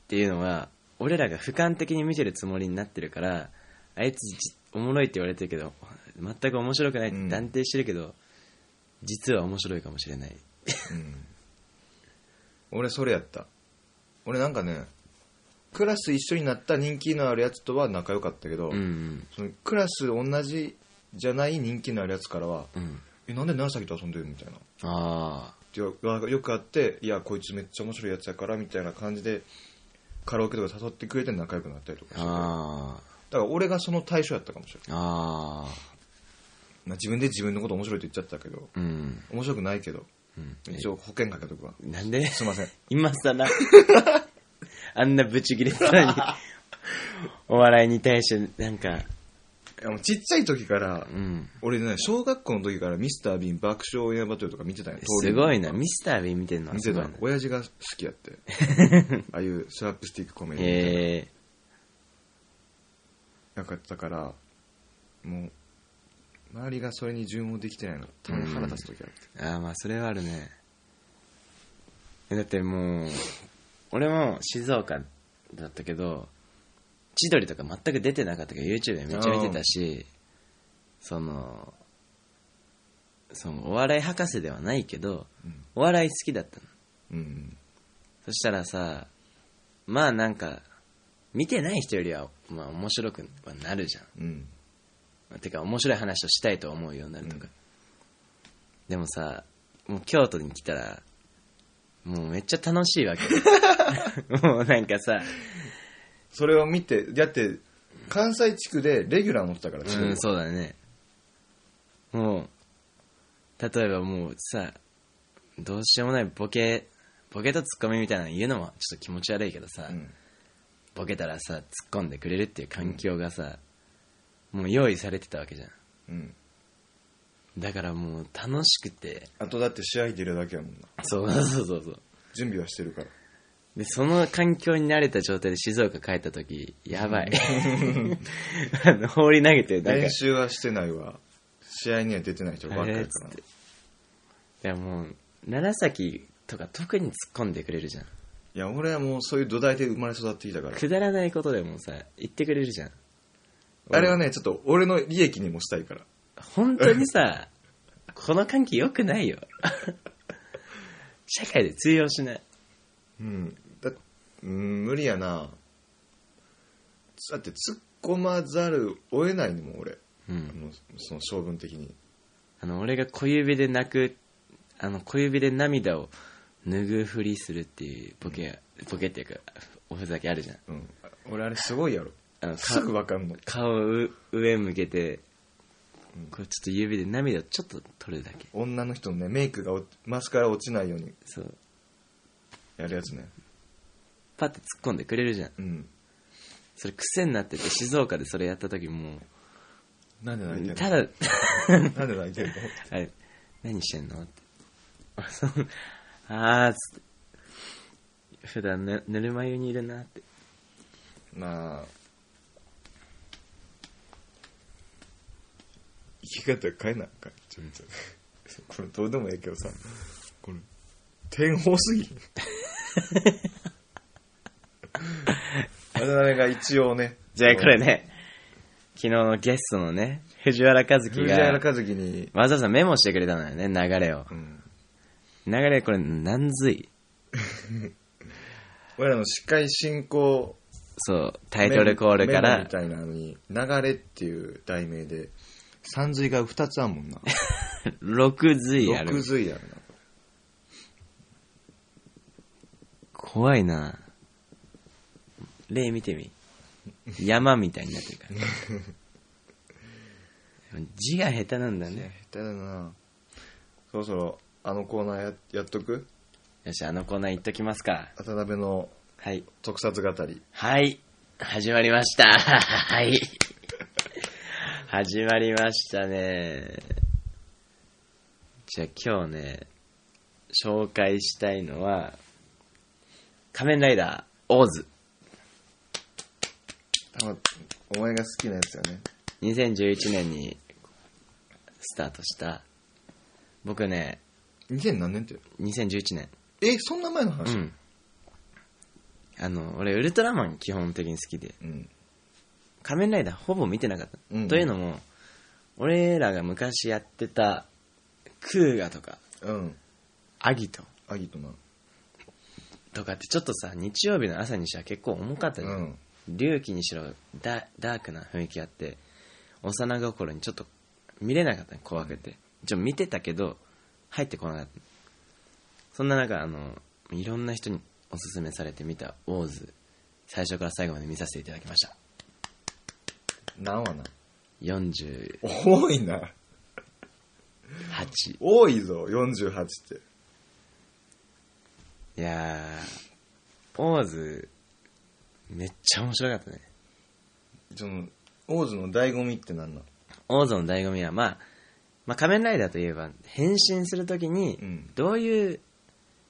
B: ていうのは俺らが俯瞰的に見てるつもりになってるからあいつじおもろいって言われてるけど全く面白くないって断定してるけど、実は面白いかもしれない
A: うん俺それやった俺なんかねクラス一緒になった人気のあるやつとは仲良かったけど、
B: うんうん
A: そのクラス同じじゃない人気のあるやつからは
B: うん
A: 「えなんで楢崎と遊んでる?」みたいな
B: ああ
A: っていうのがよくあって「いやこいつめっちゃ面白いやつやから」みたいな感じでカラオケとか誘ってくれて仲良くなったりとかしてだか
B: あ
A: ら俺がその対象やったかもしれない、
B: あああ
A: まあ、自分で自分のこと面白いと言っちゃったけど
B: うん、
A: 面白くないけど
B: うん、
A: 一応保険かけとくわ
B: なんです
A: いません
B: 今さらあんなブチ切れたの にお笑いに対してなんか
A: いやもうちっちゃい時から
B: うん
A: 俺ね小学校の時からミスター・ビーン爆笑オンエアバトルとか見てたんや
B: すごいなミスター・ビーン見てるのは
A: 見
B: す
A: て
B: ごい
A: た
B: な
A: 親父が好きやって ああいうスラップスティックコメディみたいな
B: え
A: なんかだからもう周りがそれに順応できてないのがたまに腹立つ時あって
B: ー、ああまあそれはあるねだってもう俺も静岡だったけど千鳥とか全く出てなかったけど YouTube でめっちゃ見てたしそのそのお笑い博士ではないけど
A: うん
B: お笑い好きだったの
A: うん
B: そしたらさ、まあなんか、見てない人よりは、まあ面白くはなるじゃ
A: う
B: ん
A: ん
B: まあ。てか面白い話をしたいと思うようになると
A: う
B: か。
A: ん
B: でもさ、もう京都に来たら、もうめっちゃ楽しいわけ。 もうなんかさ、
A: それを見てだって関西地区でレギュラー持ってたから
B: うん、そうだね。もう、例えばもうさ、どうしようもないボケ、ボケとツッコミみたいなの言うのもちょっと気持ち悪いけどさ、
A: うん
B: ボケたらさ突っ込んでくれるっていう環境がさ、もう用意されてたわけじゃん
A: うん
B: だからもう楽しくて
A: あとだって試合出るだけやもんな
B: そうそうそうそう
A: 準備はしてるから
B: でその環境に慣れた状態で静岡帰った時やばいあの放り投げてなんか
A: 練習はしてないわ試合には出てない人ばっかり
B: あ
A: や
B: れっ
A: か
B: つ
A: ら
B: っていやもう楢崎とか特に突っ込んでくれるじゃん
A: いや俺はもうそういう土台で生まれ育ってきたから
B: くだらないことでもさ言ってくれるじゃん
A: あれはねちょっと俺の利益にもしたいから
B: 本当にさこの関係良くないよ社会で通用しない
A: うんだうん無理やなだって突っ込まざるを得ないのもん俺
B: うん
A: あのその性分的に
B: あの俺が小指で泣くあの小指で涙を拭うふりするっていうボケボケっていうかおふざけあるじゃん
A: うん俺あれすごいやろ
B: あのか
A: すぐ分かんの
B: 顔をう上向けて
A: うん
B: こうちょっと指で涙をちょっと取るだけ
A: 女の人のねメイクがおマスカラ落ちないように
B: そう
A: やるやつね
B: パッて突っ込んでくれるじゃん
A: うん
B: それ癖になってて静岡でそれやった時も
A: なんで泣いてんの
B: ただ
A: なんで泣いてんの
B: あれ何してんのってあそうあーっつって普段ぬぬるま湯にいるなって
A: まあ生き方変えなあかんちょいちょい これどうでもええけどさこれ天方すぎ渡辺が一応ね
B: じゃあこれね、昨日のゲストのね、藤原和樹
A: 藤原
B: が、
A: 和樹に、
B: わざわざメモしてくれたのよね、流れを。
A: うん、
B: 流れこれ、なんずい。
A: 俺らの司会進行
B: そう、タイトルコール
A: メモ
B: から
A: み、たいなのに流れっていう題名で三髄が2つあんもんな
B: 6髄あ
A: 六
B: る。
A: 髄やるな
B: 怖いな例見てみ。山みたいになってる から。字が下手なんだね。
A: 下手だなそろそろあのコーナーややっとく
B: よし、あのコーナー行っときますか。
A: 渡辺の
B: はい。
A: 特撮語り
B: はい。始まりました。 はい。始まりましたね。じゃあ今日ね、紹介したいのは、仮面ライダー、オーズ。
A: たま、お前が好きなやつよね。
B: 2011年にスタートした。僕ね、
A: 2000何年って。
B: 2011年。
A: え、そんな前の話
B: うん。あの、俺、ウルトラマン基本的に好きで、
A: うん。
B: 仮面ライダーほぼ見てなかった。
A: うん
B: というのも、俺らが昔やってた、クーガとか、
A: うん。
B: アギト
A: アギトな。
B: とかってちょっとさ、日曜日の朝にしては結構重かったじゃん。
A: うん。
B: 隆起にしろダダークな雰囲気あって幼心にちょっと見れなかったね怖くて一応見てたけど入ってこなかったそんな中あのいろんな人におすすめされて見た「オーズ」最初から最後まで見させていただきました
A: 何話な。
B: 48
A: 多いな。多いぞ、48って。
B: いやー「オーズ」めっちゃ面白かったね
A: その、王子の醍醐味って何なの
B: オーズの醍醐味は、まあ、まあ仮面ライダーといえば変身するときに
A: うん
B: どういう、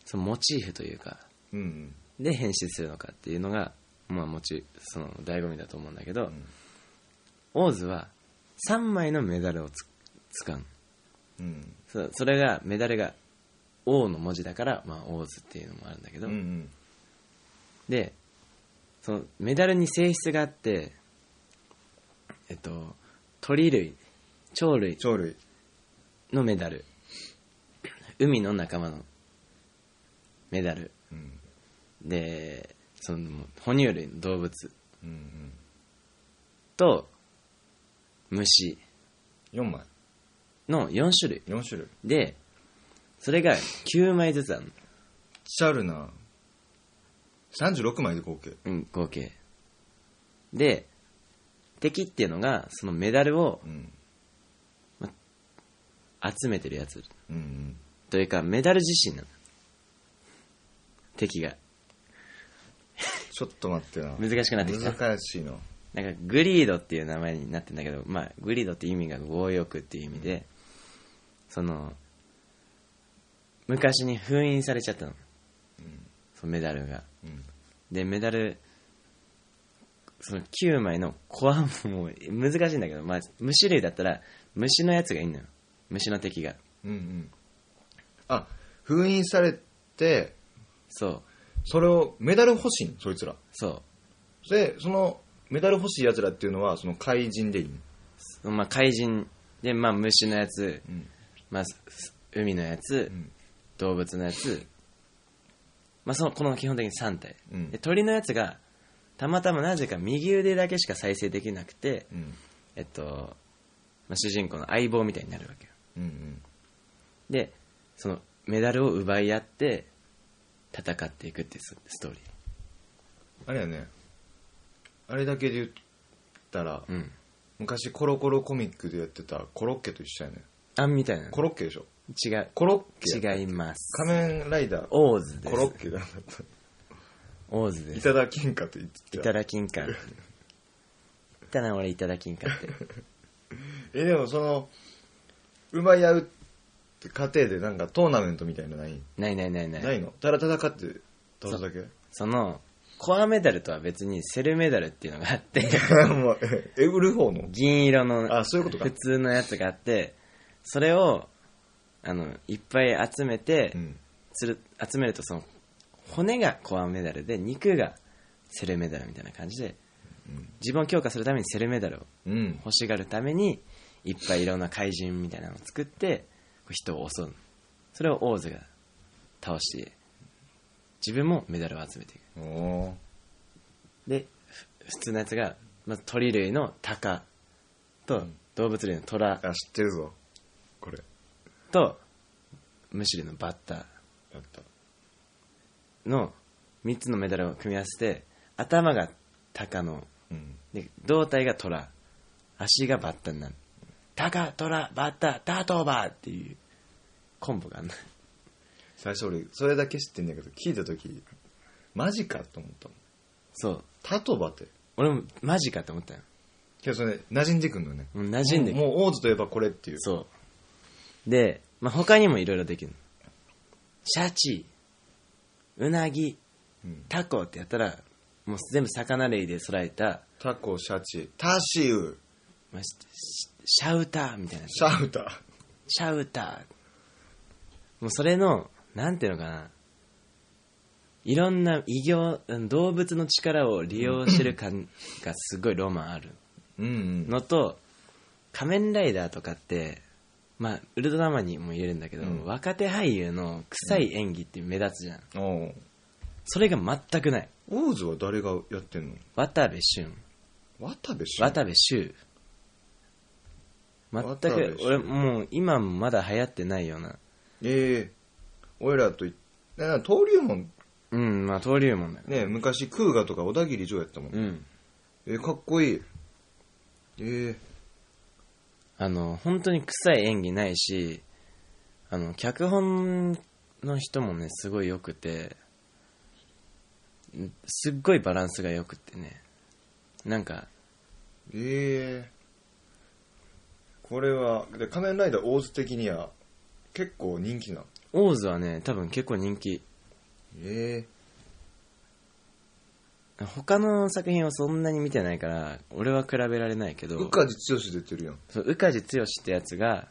B: そのモチーフというか
A: うん
B: で変身するのかっていうのが、まあ、もちその醍醐味だと思うんだけど、
A: ん
B: オーズは3枚のメダルをつつかん
A: うん。うん。
B: そそれがメダルが「王」の文字だから、まあ、オーズっていうのもあるんだけ
A: う
B: ど、
A: んうん。
B: でそのメダルに性質があってえっと鳥類鳥類
A: 鳥類。
B: のメダル海の仲間のメダル
A: うん。
B: でその哺乳類の動物
A: うん
B: と虫
A: うん。4枚。
B: の4種類
A: 4種類。
B: でそれが9枚ずつあるの、
A: シャルナ。36枚で合計。
B: うん、合計で敵っていうのがそのメダルを
A: うん。
B: 集めてるやつ
A: うんうん。
B: というかメダル自身なの敵が
A: ちょっと待ってな。
B: 難しくなってきた
A: 難しいな。
B: なんかグリードっていう名前になってんだけど、まあ、グリードって意味が強欲っていう意味で、その昔に封印されちゃったの,、そのメダルが
A: うん。
B: でメダルその9枚のコアもう難しいんだけど、まあ、虫類だったら虫のやつがいいのよ虫の敵が
A: うんうん。あ、封印されて、
B: そう
A: それを、メダル欲しいのそいつら。
B: そ
A: で、その、メダル欲しい奴らっていうのは、その怪人でいいの
B: う、まあ、怪人で、まあ、虫のやつ、
A: うん。
B: まあ、す海のやつ、
A: うん。
B: 動物のやつ、まあ、そのこの基本的に3体、
A: うん
B: で鳥のやつがたまたまなぜか右腕だけしか再生できなくて、
A: うん。
B: えっとまあ、主人公の相棒みたいになるわけよ
A: うんうん。
B: でそのメダルを奪い合って戦っていくっていうスストーリ
A: あれやね、あれだけで言ったら、
B: ーうん
A: 昔コロコロコミックでやってたコロッケと一緒やね。
B: あんみたいな
A: コロッケでしょ
B: 違う
A: コロッケや。
B: 違います
A: 仮面ライダー、
B: オーズです
A: コロッケだなかっ
B: オーズ
A: た。
B: で
A: い
B: す
A: ただきんかと言って
B: い
A: た。
B: ただきんかん言ったな俺いただきんか って
A: え、でもその、奪い合うって過程でなんかトーナメントみたいなのない
B: ないないないない
A: ないのただ戦って倒すだけ
B: そのコアメダルとは別にセルメダルっていうのがあって
A: もう、ええ売る方の
B: 銀色の
A: あそういうことか
B: 普通のやつがあってそれをあのいっぱい集めて、
A: うん。
B: つる集めるとその骨がコアメダルで肉がセルメダルみたいな感じで自分を強化するためにセルメダルを
A: うん。
B: 欲しがるためにいっぱいいろんな怪人みたいなのを作ってこう人を襲うそれをオーズが倒して自分もメダルを集めていく
A: おー
B: でふ普通のやつが、まず鳥類のタカと動物類のトラ
A: あ、知ってるぞ。これ。
B: と虫類のバッタ
A: あった。
B: ーの3つのメダルを組み合わせて頭がタカの
A: うん。
B: で胴体がトラ足がバッタになるタカトラバッタタートーバーっていうコンボがあるの
A: 最初俺、それだけ知ってんだけど、聞いたとき、マジかと思ったもん。
B: そう
A: タトバって。
B: 俺もマジかと思ったよ
A: けどそれ、馴染んでくんのね。
B: もう馴染んでくる
A: もう、もう王子といえばこれっていう。
B: そうでまあ、他にもいろいろできる。シャチ、ウナギ、
A: うん
B: タコってやったら、もう全部魚類で揃えた、
A: タコ、シャチ、タシウ、
B: まあ、ししシャウターみたいな。
A: シャウタ
B: シャウター。もうそれの、なんていうのかな。いろんな異形、うん動物の力を利用してる感がすごいロマンある。
A: ー。うん
B: のと、仮面ライダーとかって、まあ、ウルトラマンにも言えるんだけど、
A: うん
B: 若手俳優の臭い演技って目立つじゃん。
A: うん。おう
B: それが全くない。
A: オーズは誰がやってんの
B: 渡部俊、
A: 渡部俊
B: 渡部修。全
A: 渡部
B: く、
A: 秀
B: 俺もう今もまだ流行ってないような。
A: ええ俺らといだから登竜門
B: うん、まあ、登竜門だから。
A: ね昔空ガとか小田切城やったもん、
B: うん。
A: えーかっこいいええ
B: あの、本当に臭い演技ないし、あの、脚本の人もね、すごい良くて、んすっごいバランスが良くてね、なんか、
A: ええこれはで仮面ライダーオーズ的には結構人気な
B: オーズはね、多分結構人気。
A: え
B: 他の作品はそんなに見てないから、俺は比べられないけ
A: え
B: ど、
A: 宇梶剛出てるやんっ
B: そう宇梶剛ってやつが、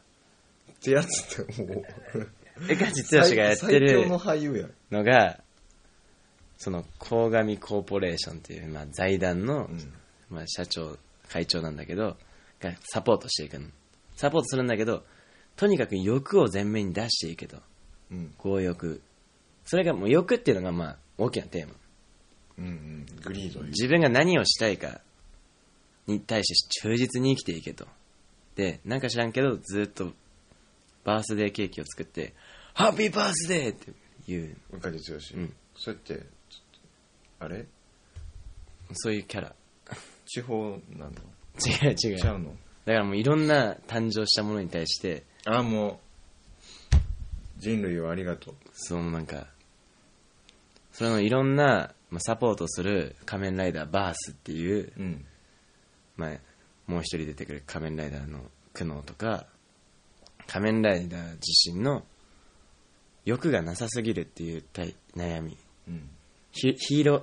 A: てやつってもう
B: 宇梶剛がやって
A: 最
B: る
A: 強の俳優やん
B: のが、その、鴻上コーポレーションっていう、まあ、財団の、
A: うん
B: まあ、社長、会長なんだけど、がサポートしていくの。サポートするんだけど、とにかく欲を前面に出していけと。
A: うん
B: 強欲。それがもう欲っていうのがまあ大きなテーマ。
A: うんうんグリード
B: 自分が何をしたいかに対して忠実に生きていけと。で、なんか知らんけど、ずっとバースデーケーキを作って、ハッピーバースデーって言う。
A: 宇梶剛、
B: うん
A: そうやってちょっとあれ
B: そういうキャラ。
A: 地方なの
B: 違う違う。
A: ちゃ
B: だ
A: うの
B: からもういろんな誕生したものに対して、
A: ああもう人類をありがとう
B: そのなんか、それのいろんな、まあ、サポートする仮面ライダーバースっていう、
A: うん
B: まあ、もう一人出てくる仮面ライダーの苦悩とか、仮面ライダー自身の欲がなさすぎるっていうたい悩み。
A: うん
B: ヒヒーロー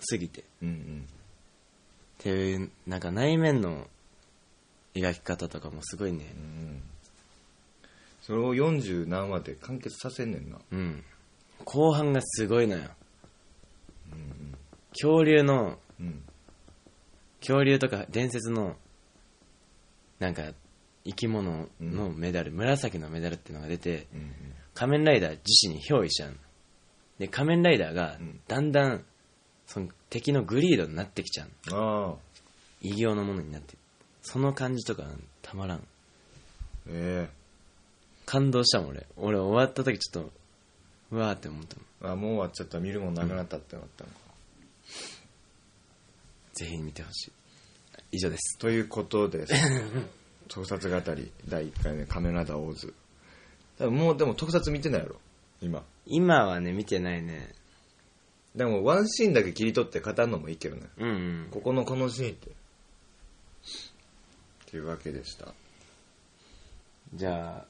B: すぎて。っ
A: うんうん
B: ていう、なんか内面の描き方とかもすごいね、
A: うんそれを40何話で完結させんねんな
B: うん。後半がすごいのよ。恐竜の
A: うん
B: 恐竜とか伝説のなんか生き物のメダル、紫のメダルっていうのが出て
A: うん
B: 仮面ライダー自身に憑依しちゃうので仮面ライダーが
A: うん
B: だんだんその敵のグリードになってきちゃうの
A: ああ
B: 異形のものになってその感じとかたまらん
A: え
B: 感動したもん俺俺終わった時ちょっとうわーって思ったもん
A: えあもう終わっちゃった見るもんなくなったってなったのか、
B: ぜひ見てほしい以上です
A: ということです 特撮語り第1回目「カメラダオーズ」多分もうでも特撮見てないやろ今
B: 今はね見てないね
A: でもワンシーンだけ切り取って語るのもいいけどね
B: うん、うん、
A: ここのこのシーンってっていうわけでした
B: じゃ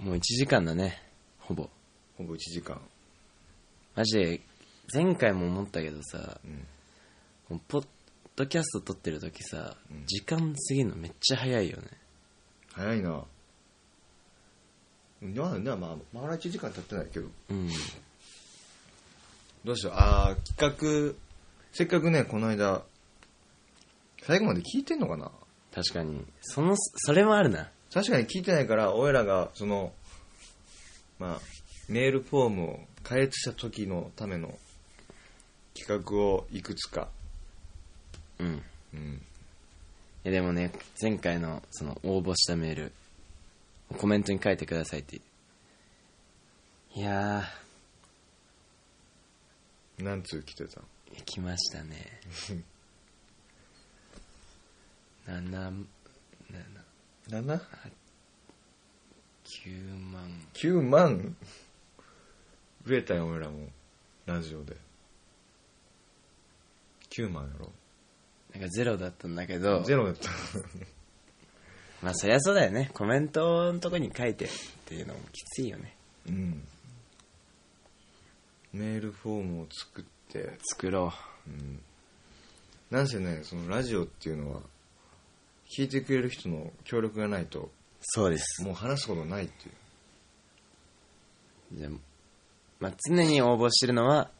B: あ、もう1時間だね、ほぼ。
A: ほぼ1時間
B: マジで、前回も思ったけどさ、
A: うん
B: もうポッドキャスト撮ってる時さ、
A: うん
B: 時間過ぎるのめっちゃ早いよね。
A: 早いなまあねまあまだ1時間経ってないけど
B: うん。
A: どうしようああ企画せっかくねこの間最後まで聞いてんのかな
B: 確かに。その、それもあるな。
A: 確かに聞いてないから俺らがそのまあメールフォームを開列した時のための企画をいくつか、
B: うん。い
A: うん、
B: やでもね、前回のその応募したメール、コメントに書いてくださいって。いや
A: 何通来てた
B: ー、来ましたね。7、7、
A: 7
B: 9万
A: 9万増えたよ俺らもラジオで9万やろ
B: なんかゼロだったんだけど
A: ゼロだった
B: まあそりゃそうだよねコメントのとこに書いてっていうのもきついよね
A: うんメールフォームを作って
B: 作ろ
A: なんせねそのラジオっていうのは聞いてくれる人の協力がないと
B: うそうです
A: もう話すことないっていう
B: じゃあまあ、常に応募してるのは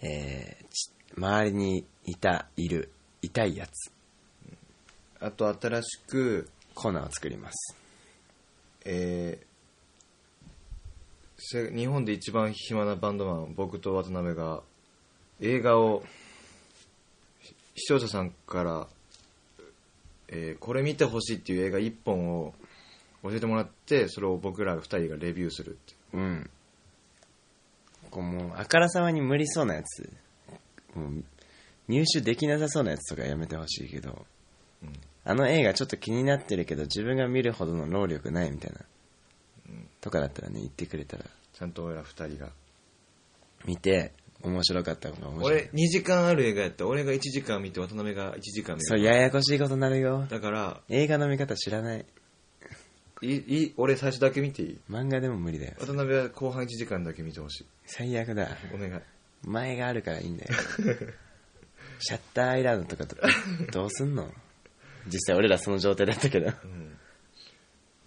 B: えーち周りにいたいる痛いやつ
A: あと新しく
B: コーナーを作ります
A: えーせ日本で一番暇なバンドマン僕と渡辺が映画をし視聴者さんから、えーこれ見てほしいっていう映画1本を教えてもらってそれを僕ら2人がレビューするって
B: うん。こうもう、あからさまに無理そうなやつ。もう入手できなさそうなやつとかやめてほしいけど、
A: うん
B: あの映画ちょっと気になってるけど、自分が見るほどの労力ないみたいな。とかだったらね、言ってくれたら、
A: ちゃんと俺ら2人が
B: 見て、面白かったのが面白い。
A: 俺2時間ある映画やったら俺が1時間見て渡辺が1時間見る
B: そう、ややこしいことになるよ。
A: だから
B: 映画の見方知らない。
A: いい俺最初だけ見ていい
B: 漫画でも無理だよ。
A: 渡辺は後半1時間だけ見てほしい
B: 最悪だ。
A: お願い
B: 前があるからいいんだよシャッターアイランドとかとどうすんの実際俺らその状態だったけど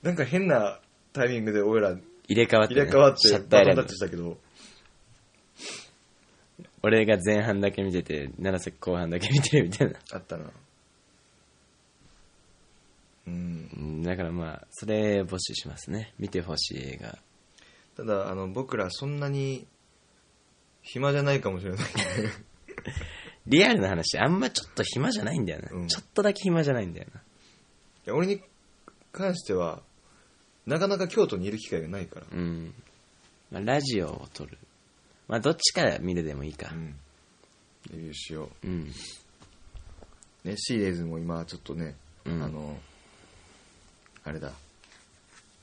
A: なんか変なタイミングで俺ら
B: 入れ替わって、
A: 入れ替わって
B: シャッターアイラン
A: バトンタッ
B: ド
A: チしたけど
B: 俺が前半だけ見てて七瀬後半だけ見てるみたいな
A: あったなうん
B: うんだからまあそれ募集しますね見てほしい映画
A: ただあの僕らそんなに暇じゃないかもしれない
B: リアルな話あんまちょっと暇じゃないんだよな、
A: うん
B: ちょっとだけ暇じゃないんだよない
A: や俺に関してはなかなか京都にいる機会がないから、
B: うん、まあ、ラジオを撮るまあどっちから見るでもいいか
A: うんレビューしよ
B: うん
A: うねシーレーズも今ちょっとね、
B: うん
A: あのあれだ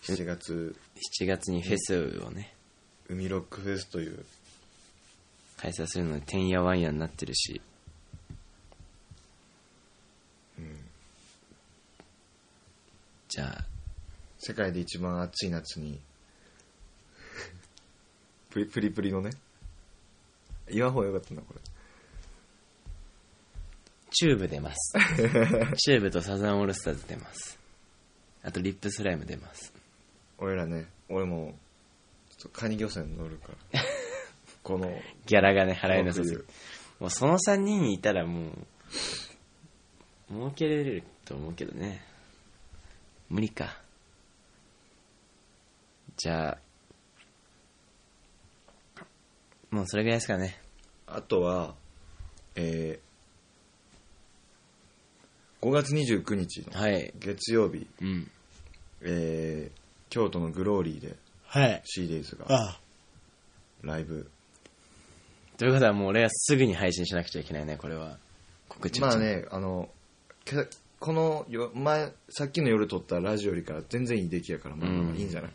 A: 7月
B: 7月にフェスをね
A: 海ロックフェスという
B: 開催するのでてんやわんやになってるしじゃあ
A: 世界で一番暑い夏にプリプリプリのね言わん方がよかったなこれ
B: チューブ出ますチューブとサザンオールスターズ出ますあとリップスライム出ます
A: 俺らね俺もちょっとカニ漁船乗るからこの
B: ギャラがね払えなさす
A: こ
B: ぎ
A: の
B: るもうその3人いたらもう儲けれると思うけどね無理かじゃあもうそれぐらいですかね
A: あとはえー、5月29日の
B: はい
A: 月曜日、
B: うん
A: えー、京都のグローリーで
B: はい
A: シーデイズが
B: あ
A: ライブ
B: ということはもう俺はすぐに配信しなくちゃいけないねこれは告知を
A: まあねあのけこのよ前さっきの夜撮ったラジオよりから全然いい出来やからまあまあいいんじゃない、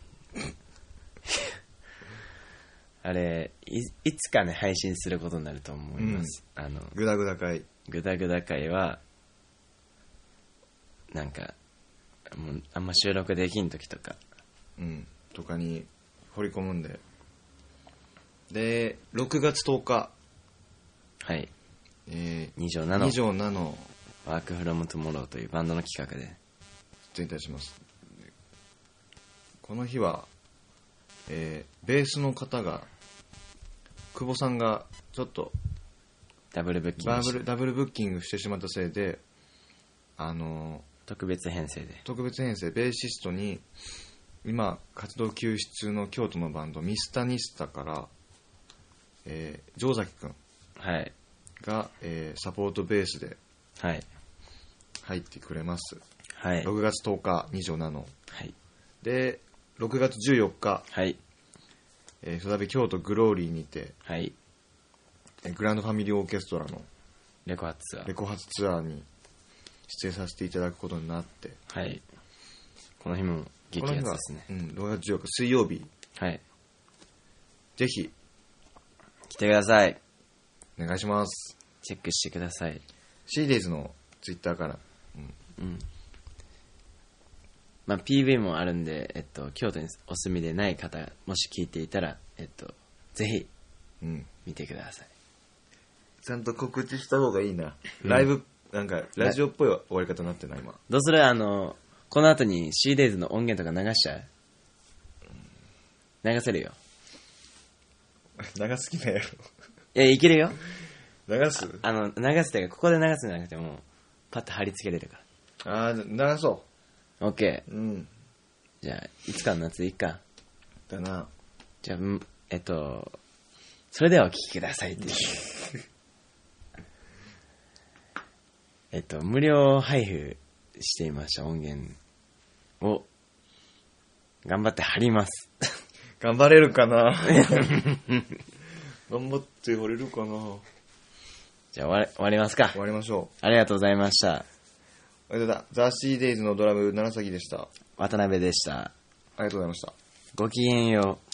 B: あれいいつかね配信することになると思います、あの
A: グダグダ会
B: グダグダ会はなんかもうあんま収録できん時とか
A: うん、とかに掘り込むんでで6月10日、
B: はい
A: え
B: 2条
A: ー、
B: 7
A: 2条7を
B: ワークフロムトゥモローというバンドの企画で
A: 出演いたしますこの日は、えーベースの方が久保さんがちょっと
B: ダブルブッキン
A: ダブ
B: グして
A: ルダブルブッキングしてしまったせいであのー
B: 特別編成で
A: 特別編成ベーシストに今活動休止中の京都のバンドミスタニスタから、えー、城崎くん
B: はい
A: が、えーサポートベースで
B: はい
A: 入ってくれます
B: はい
A: 6月10日2条なの
B: はい
A: で6月14日、
B: はい
A: えー再び京都グローリーにて
B: はい
A: えーグランドファミリーオーケストラの
B: レコ発は
A: レコ発ツアーに出演させていただくことになって
B: はいこの日も激
A: この
B: アツ
A: 日
B: で
A: は
B: すね
A: うん、6月14日水曜日
B: はい
A: ぜひ
B: 来てください
A: お願いします
B: チェックしてください
A: シーデイズのツイッターから、うん
B: うんまあ、PV もあるんで、えっと、京都にお住みでない方、もし聞いていたら、えっと、ぜひ
A: うん
B: 見てください。
A: ちゃんと告知した方がいいな、ライブなんかラジオっぽい終わり方になってない今
B: どうするあの、この後に C デイズの音源とか流しちゃう流せるよ。
A: 流す気ないや
B: いや、いけるよ。
A: ろ流す
B: あの、流すというか、ここで流すんじゃなくてもう、パッと貼り付けれるか
A: ああ流そ
B: ら。OK。
A: ううん
B: じゃあ、いつかの夏でいいか。
A: だな
B: じゃあ、うんえっと、それではお聞きくださいっていう。 えっと、無料配布していました音源を、頑張って貼ります。
A: 頑張れるかな頑張って掘れるかな終
B: じゃあ終わり終わりますか。
A: わりましょ
B: ありがとうございました。
A: うありがとうございましたザ・シーデイズのドラム楢崎でした
B: 渡辺でした。
A: ありがとうございました
B: ごきげんよう。